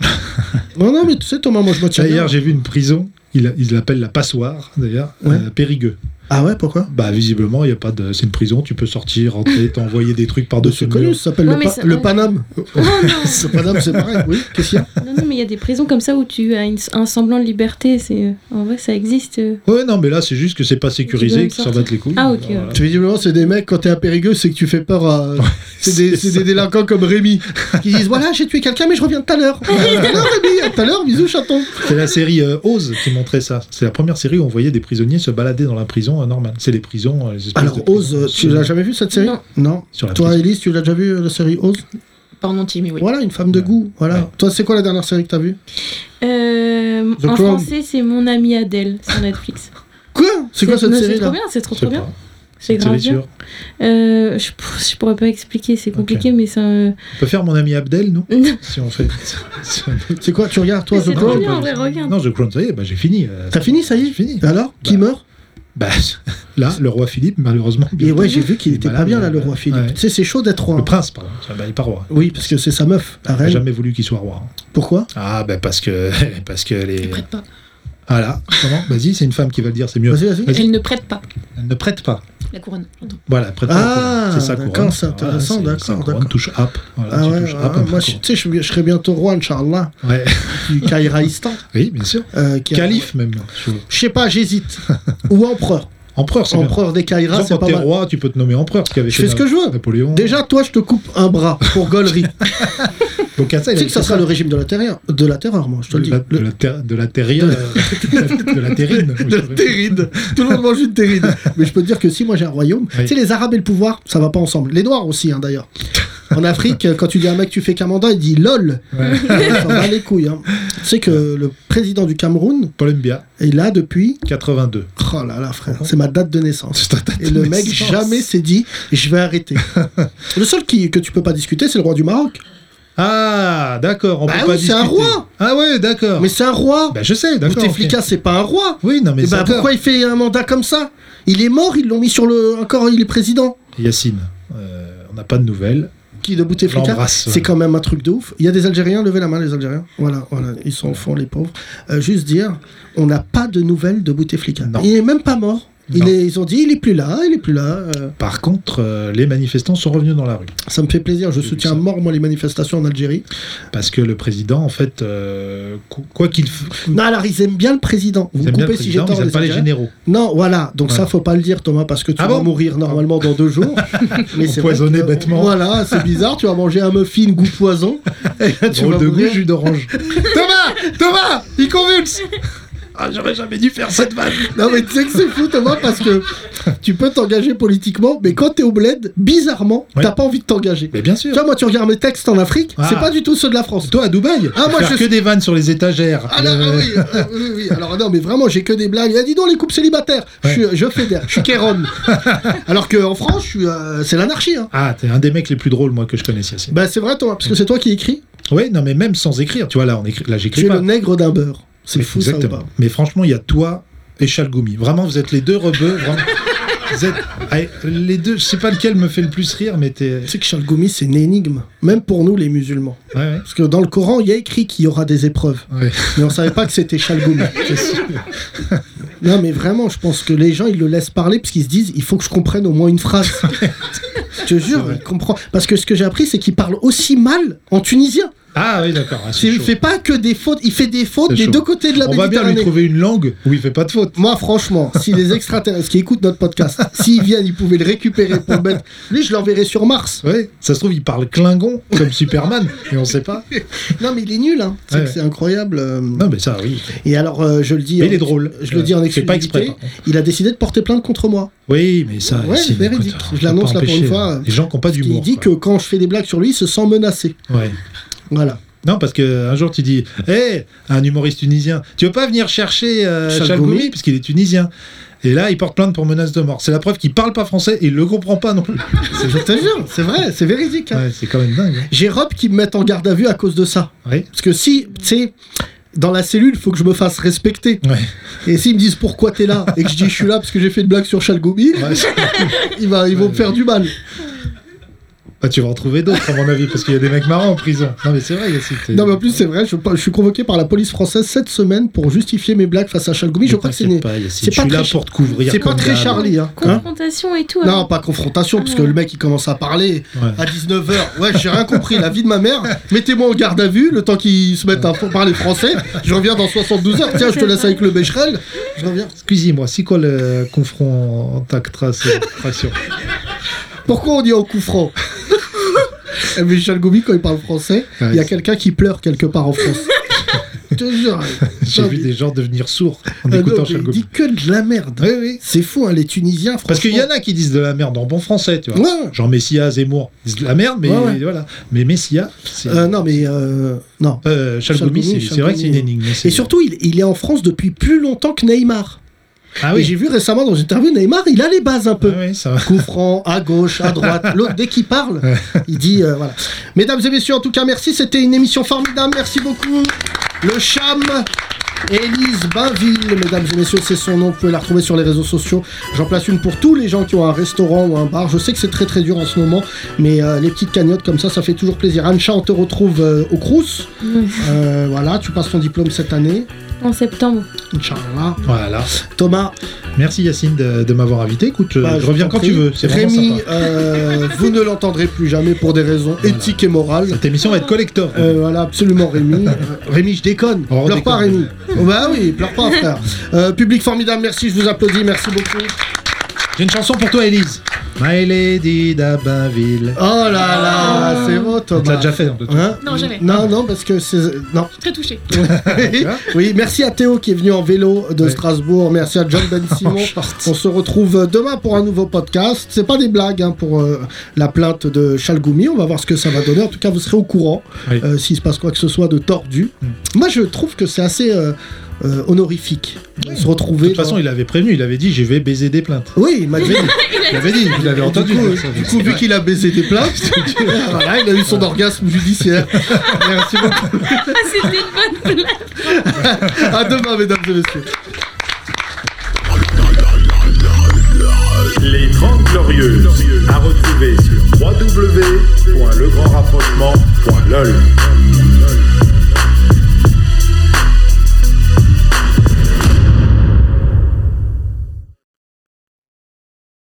Non, non, mais tu sais, Thomas, moi je me tiens. Hier, bien. j'ai vu une prison. Il, il l'appelle la passoire, d'ailleurs, Ouais. euh, Périgueux. Ah ouais, pourquoi Bah, visiblement, il y a pas de. C'est une prison, tu peux (laughs) sortir, rentrer, t'envoyer des trucs par-dessus C'est le connu, mur. ça s'appelle Ouais, le, mais pa- ça- le Paname. (laughs) non. le Paname, c'est pareil, oui. Qu'est-ce qu'il y a Non, non, mais il y a des prisons comme ça où tu as une- un semblant de liberté. C'est en vrai, ça existe. Ouais, non, mais là, c'est juste que c'est pas sécurisé, même qu'ils s'en sortir. battent les couilles. Ah, ok, Voilà. Tu Visiblement, c'est des mecs, quand t'es à Périgueux, c'est que tu fais peur à. C'est des, c'est ça. des délinquants comme Rémi qui disent Voilà, j'ai tué quelqu'un, mais je reviens tout à (laughs) l'heure. Euh, Non, Rémi, à tout à l'heure, bisous, chaton. C'est la série euh, Oz qui montrait ça. C'est la première série où on voyait des prisonniers se balader dans la prison à Norman. C'est les prisons. euh, les espèces de Alors, prisons Oz, euh, tu sur- l'as jamais vu cette série Non. Sur la Toi, prison. Elise, tu l'as déjà vu euh, la série Oz Pas en entier, mais oui. Voilà, une femme de Ouais. goût. Voilà. Ouais. Toi, c'est quoi la dernière série que t'as vue Euh, The en Crown. français, c'est Mon ami Adèle (laughs) sur Netflix. Quoi C'est quoi cette non, C'est trop série-là bien, c'est trop Je sais trop bien. pas. C'est Une grave hein. série bien. sur- Euh, je, pour- je pourrais pas expliquer, c'est compliqué, mais c'est un. On peut faire mon ami Abdel, nous Non. (laughs) Si on fait. C'est quoi Tu regardes, toi, Mais The c'est trop Crown bien, en vrai, regarde. Non, The Crown, ça y est, bah, j'ai fini. euh, T'as fini, ça y est J'ai fini. Et alors Qui Bah. meurt Bah, (laughs) là, le roi Philippe, malheureusement. Et bientôt. ouais, j'ai vu qu'il Il est était pas malade, bien, là, le ouais. roi Philippe. Bah, euh, Ouais. Tu sais, c'est chaud d'être roi. Le prince, Bah, pardon. Ah, bah, il est pas roi. Oui, parce que c'est sa meuf, la J'ai reine. jamais voulu qu'il soit roi. hein. Pourquoi Ah, bah, (laughs) parce que. parce que les. Elle ne prête pas. Ah là, comment Vas-y, c'est une femme qui va le dire, c'est mieux. Vas-y, vas-y. Vas-y. Elle ne prête pas Elle ne prête pas. la couronne, j'entends. Voilà, prête Ah, pas. C'est sa couronne. d'accord, c'est intéressant, Voilà, c'est sa d'accord, couronne, d'accord. touche up. Voilà, Ah tu ouais, touches ah up ouais, un moi, peu, je- tu sais, je, je serai bientôt roi, Inch'Allah, quoi. Ouais. (laughs) du Kairaïstan. Oui, bien sûr. euh, qui a- Calife, même. hein, Je- Je sais pas, j'hésite. Ou (laughs) empereur. Empereur, c'est bien. Empereur des Par Kairas, exemple, c'est Quand pas t'es mal. roi, tu peux te nommer empereur. Ce qu'avait Je fais ce que je veux. Napoléon. Déjà, toi, je te coupe un bras (laughs) pour gaulerie. Donc, à tu ça, bah, il avait sais que ça fait sera le régime de la terreur, de la terreur moi, je te le dis. de la, de Le- la ter- de la terrine. euh, (laughs) de la terrine. de la terrine. Tout le monde mange une (laughs) terrine. Mais je peux te dire que si moi j'ai un royaume, Oui. tu sais, les Arabes et le pouvoir, ça va pas ensemble. Les Noirs aussi, hein, (laughs) d'ailleurs. En Afrique, quand tu dis à un mec tu fais qu'un mandat, il dit lol. Ouais. (laughs) Ça va les couilles. hein. Tu sais que le président du Cameroun Columbia, est là depuis. 82. Oh là là, frère, c'est ma date de naissance. C'est ta (laughs) date Et de le mec naissance. (laughs) jamais s'est dit je vais arrêter. le seul qui, que tu peux pas discuter, c'est le roi du Maroc. Ah, d'accord. On Bah peut pas oui, c'est un discuter. roi. Ah ouais, d'accord. Mais c'est un roi Bah je sais, d'accord. ok. Bouteflika, c'est pas un roi Oui, non, mais Et bah d'accord. pourquoi il fait un mandat comme ça Il est mort, ils l'ont mis sur le. Encore, il est président. Yacine, euh, on n'a pas de nouvelles. Qui de Bouteflika L'embrasse. C'est quand même un truc de ouf. Il y a des Algériens, levez la main, les Algériens. Voilà, voilà, ils sont au fond, les pauvres. Euh, juste dire, on n'a pas de nouvelles de Bouteflika. Non. Il est même pas mort. Il Non. est- ils ont dit, il est plus là, il est plus là. euh. Par contre, euh, les manifestants sont revenus dans la rue. ça me fait plaisir. Je vu soutiens ça. mort, moi, les manifestations en Algérie. Parce que le président, en fait, euh, qu- quoi qu'il f... Non, alors, ils aiment bien le président. Vous ils me aiment bien le coupez si j'ai président, tort. ils aiment les pas les Algériens. généraux. Non, voilà. Donc Voilà. ça, faut pas le dire, Thomas, parce que tu Ah vas bon mourir normalement dans deux (laughs) jours. Mais c'est vrai Empoisonné que- bêtement. Voilà, c'est bizarre. Tu vas manger un muffin goût (laughs) poison. Et là, tu Drôle vas de mourir. goût, (laughs) jus d'orange. Thomas Thomas Il convulse Ah, j'aurais jamais dû faire cette vanne. Non mais tu sais que c'est fou Thomas parce que tu peux t'engager politiquement, mais quand t'es au bled, bizarrement, Ouais. t'as pas envie de t'engager. Mais bien Tu sûr. vois, moi tu regardes mes textes en Afrique, Ah. c'est pas du tout ceux de la France. Toi, à Dubaï, Ah, moi, faire je que des vannes sur les étagères. Ah, là, ah Euh, (laughs) oui, euh, oui, oui, alors non, mais vraiment, j'ai que des blagues. Ah, dis donc, les couples célibataires, je, suis- euh, je fédère, je suis (laughs) Kéron. Alors qu'en France, je suis, euh, c'est l'anarchie. Hein. Ah, t'es un des mecs les plus drôles, moi, que je connaisse, Yacine. Bah, c'est vrai, Thomas, parce que c'est toi qui écris. Oui, non, mais même sans écrire, tu vois, là, on écrit, là Tu j'écris es pas. le nègre d'un beurre. C'est Mais fou exactement. ça ou pas Mais franchement, il y a toi et Chalgoumi. Vraiment, vous êtes les deux rebeux. vraiment. Vous êtes- Allez, les deux, je sais pas lequel me fait le plus rire, mais t'es. Tu sais que Charles Goumi, c'est une énigme, même pour nous les musulmans. Ouais, ouais. Parce que dans le Coran, il y a écrit qu'il y aura des épreuves. Ouais. Mais on savait pas que c'était (laughs) Chalgoumi. non, mais vraiment, je pense que les gens, ils le laissent parler parce qu'ils se disent, il faut que je comprenne au moins une (laughs) phrase. je te jure, ils comprennent. Parce que ce que j'ai appris, c'est qu'il parle aussi mal en tunisien. Ah oui, d'accord. ah, c'est Il chaud. fait pas que des fautes, il fait des fautes C'est des chaud. deux côtés de la On va bien lui Méditerranée. trouver une langue où il fait pas de faute. Moi, franchement, si les extraterrestres qui écoutent notre (laughs) podcast, s'ils viennent, ils pouvaient le récupérer pour le mettre. Lui, je l'enverrai sur Mars. Ouais, ça se trouve, il parle Klingon comme Superman, et on sait pas. Non, mais il est nul, hein. C'est Ouais. que c'est incroyable. euh. Non, mais ça, oui. Et alors, euh, je le dis. Mais en- il est drôle. Je le dis en Euh, c'est exclusivité. pas exprès, par contre. il a décidé de porter plainte contre moi. Oui, mais ça. Ouais, Yacine, véridique. écoute, Je on peut l'annonce pas là pour une empêcher hein. fois, Les gens qui ont pas Il d'humour. dit que quoi. quand je fais des blagues sur lui, il se sent menacé. Ouais. Voilà. Non, parce qu'un jour, (laughs) tu dis Hé, un humoriste tunisien, tu veux pas venir chercher euh, Charles Charles Goumi Goumi Parce qu'il est tunisien. Et là, il porte plainte pour menace de mort. C'est la preuve qu'il parle pas français et il le comprend pas non plus. C'est- Je te jure, c'est vrai, c'est véridique. hein. Ouais, c'est quand même dingue. hein. J'ai Rob qui me met en garde à vue à cause de ça. Ouais. Parce que si, tu sais, dans la cellule, faut que je me fasse respecter. Ouais. Et s'ils me disent pourquoi t'es là et que je dis je suis là parce que j'ai fait une blague sur Chalgoumi, Ouais, c'est- (laughs) ils, va- ils vont me faire du mal. Bah, tu vas en trouver d'autres, à mon avis, parce qu'il y a des mecs marrants en prison. Non, mais c'est vrai, Yacine. t'es- Non, mais en plus, c'est vrai, je, je suis convoqué par la police française cette semaine pour justifier mes blagues face à Chalgoumi. Je Ne crois que c'est t'inquiète né- pas, Yacine, c'est je pas suis là très- pour te couvrir. c'est pas comme très d'hab. Charlie. Hein. Hein Confrontation et tout. hein. Non, alors. pas confrontation, parce que le mec il commence à parler Ouais. à 19h. Ouais, j'ai rien compris, la vie de ma mère. Mettez-moi en garde à vue, le temps qu'il se mette à parler français. Je reviens dans 72 heures. Tiens, je te laisse avec le Becherel. Je reviens. Excusez-moi, c'est quoi le euh, confrontation Pourquoi on dit en coup franc Eh, Mais Michel Goumi, quand il parle français, il Ouais, y a c'est- quelqu'un qui pleure quelque part en France. je te jure. J'ai Non, vu mais- des gens devenir sourds en Ah non, écoutant mais Charles Il Goumi. dit que de la merde. Oui, oui. C'est fou, hein, les Tunisiens, Parce qu'il y en franchement. a qui disent de la merde en bon français, tu vois. Ouais. Genre Messia, Zemmour, ils disent de la merde, mais Ouais, ouais. voilà. Mais Messia, c'est. Euh, non, mais. euh, non. euh, Charles Charles Goumi, Goumi, c'est- Charles c'est vrai que c'est une Goumi. énigme. mais c'est- Et surtout, il- il est en France depuis plus longtemps que Neymar. ah Et oui, j'ai vu récemment dans une interview, Neymar, il a les bases un ah peu. oui, ça va. Coup franc, à gauche, à (laughs) droite. L'autre, dès qu'il parle, il dit euh, voilà. Mesdames et messieurs, en tout cas, merci. C'était une émission formidable. Merci beaucoup. Le Cham. Élise Bainville, mesdames et messieurs, c'est son nom. Vous pouvez la retrouver sur les réseaux sociaux. J'en place une pour tous les gens qui ont un restaurant ou un bar. Je sais que c'est très très dur en ce moment, mais euh, les petites cagnottes comme ça, ça fait toujours plaisir. Ancha, on te retrouve euh, au Crous. Oui. Euh, voilà, tu passes ton diplôme cette année. En septembre. Inch'Allah. Voilà. Thomas, Merci Yacine de, de m'avoir invité. Écoute, Bah, euh, je je reviens t'en quand prie. tu veux. C'est vraiment Rémi, sympa. (laughs) euh, vous ne l'entendrez plus jamais pour des raisons éthiques et morales. Cette émission va être collector. Euh, voilà, absolument Rémi. Euh, Rémi, je déconne. Oh, on pleure pas, Rémi. déconne. Oh, bah oui, pleure pas, (laughs) frère. Euh, public formidable, merci, je vous applaudis, merci beaucoup. J'ai une chanson pour toi, Elise. My Lady d'Abainville. Oh là là, c'est beau, On te l'a Thomas. Ah. déjà fait un peu. Hein Non, jamais. Non, non, parce que c'est. Non. Très touchée. Oui. (laughs) oui, merci à Théo qui est venu en vélo de Ah, Ouais. Oh, Strasbourg. Merci à John Ben En Simon. short. On se retrouve demain pour un nouveau podcast. C'est pas des blagues hein, pour euh, la plainte de Chalgoumi. On va voir ce que ça va donner. En tout cas, vous serez au courant Oui. Mm. euh, s'il se passe quoi que ce soit de tordu. Moi, je trouve que c'est assez. euh, euh, honorifique. de Oui. Se retrouver. De toute façon, dans- il avait prévenu, il avait dit je vais baiser des plaintes. Oui, (laughs) il m'a dit. Il avait dit, vous l'avez entendu. Du coup, dire ça, du je coup, sais. vu qu'il a baisé des plaintes, (laughs) voilà, il a eu son orgasme judiciaire. Merci beaucoup. Ah, C'était une bonne À demain, mesdames et messieurs. Les 30 Glorieuses, à retrouver sur www.legrandrapprochement.lol.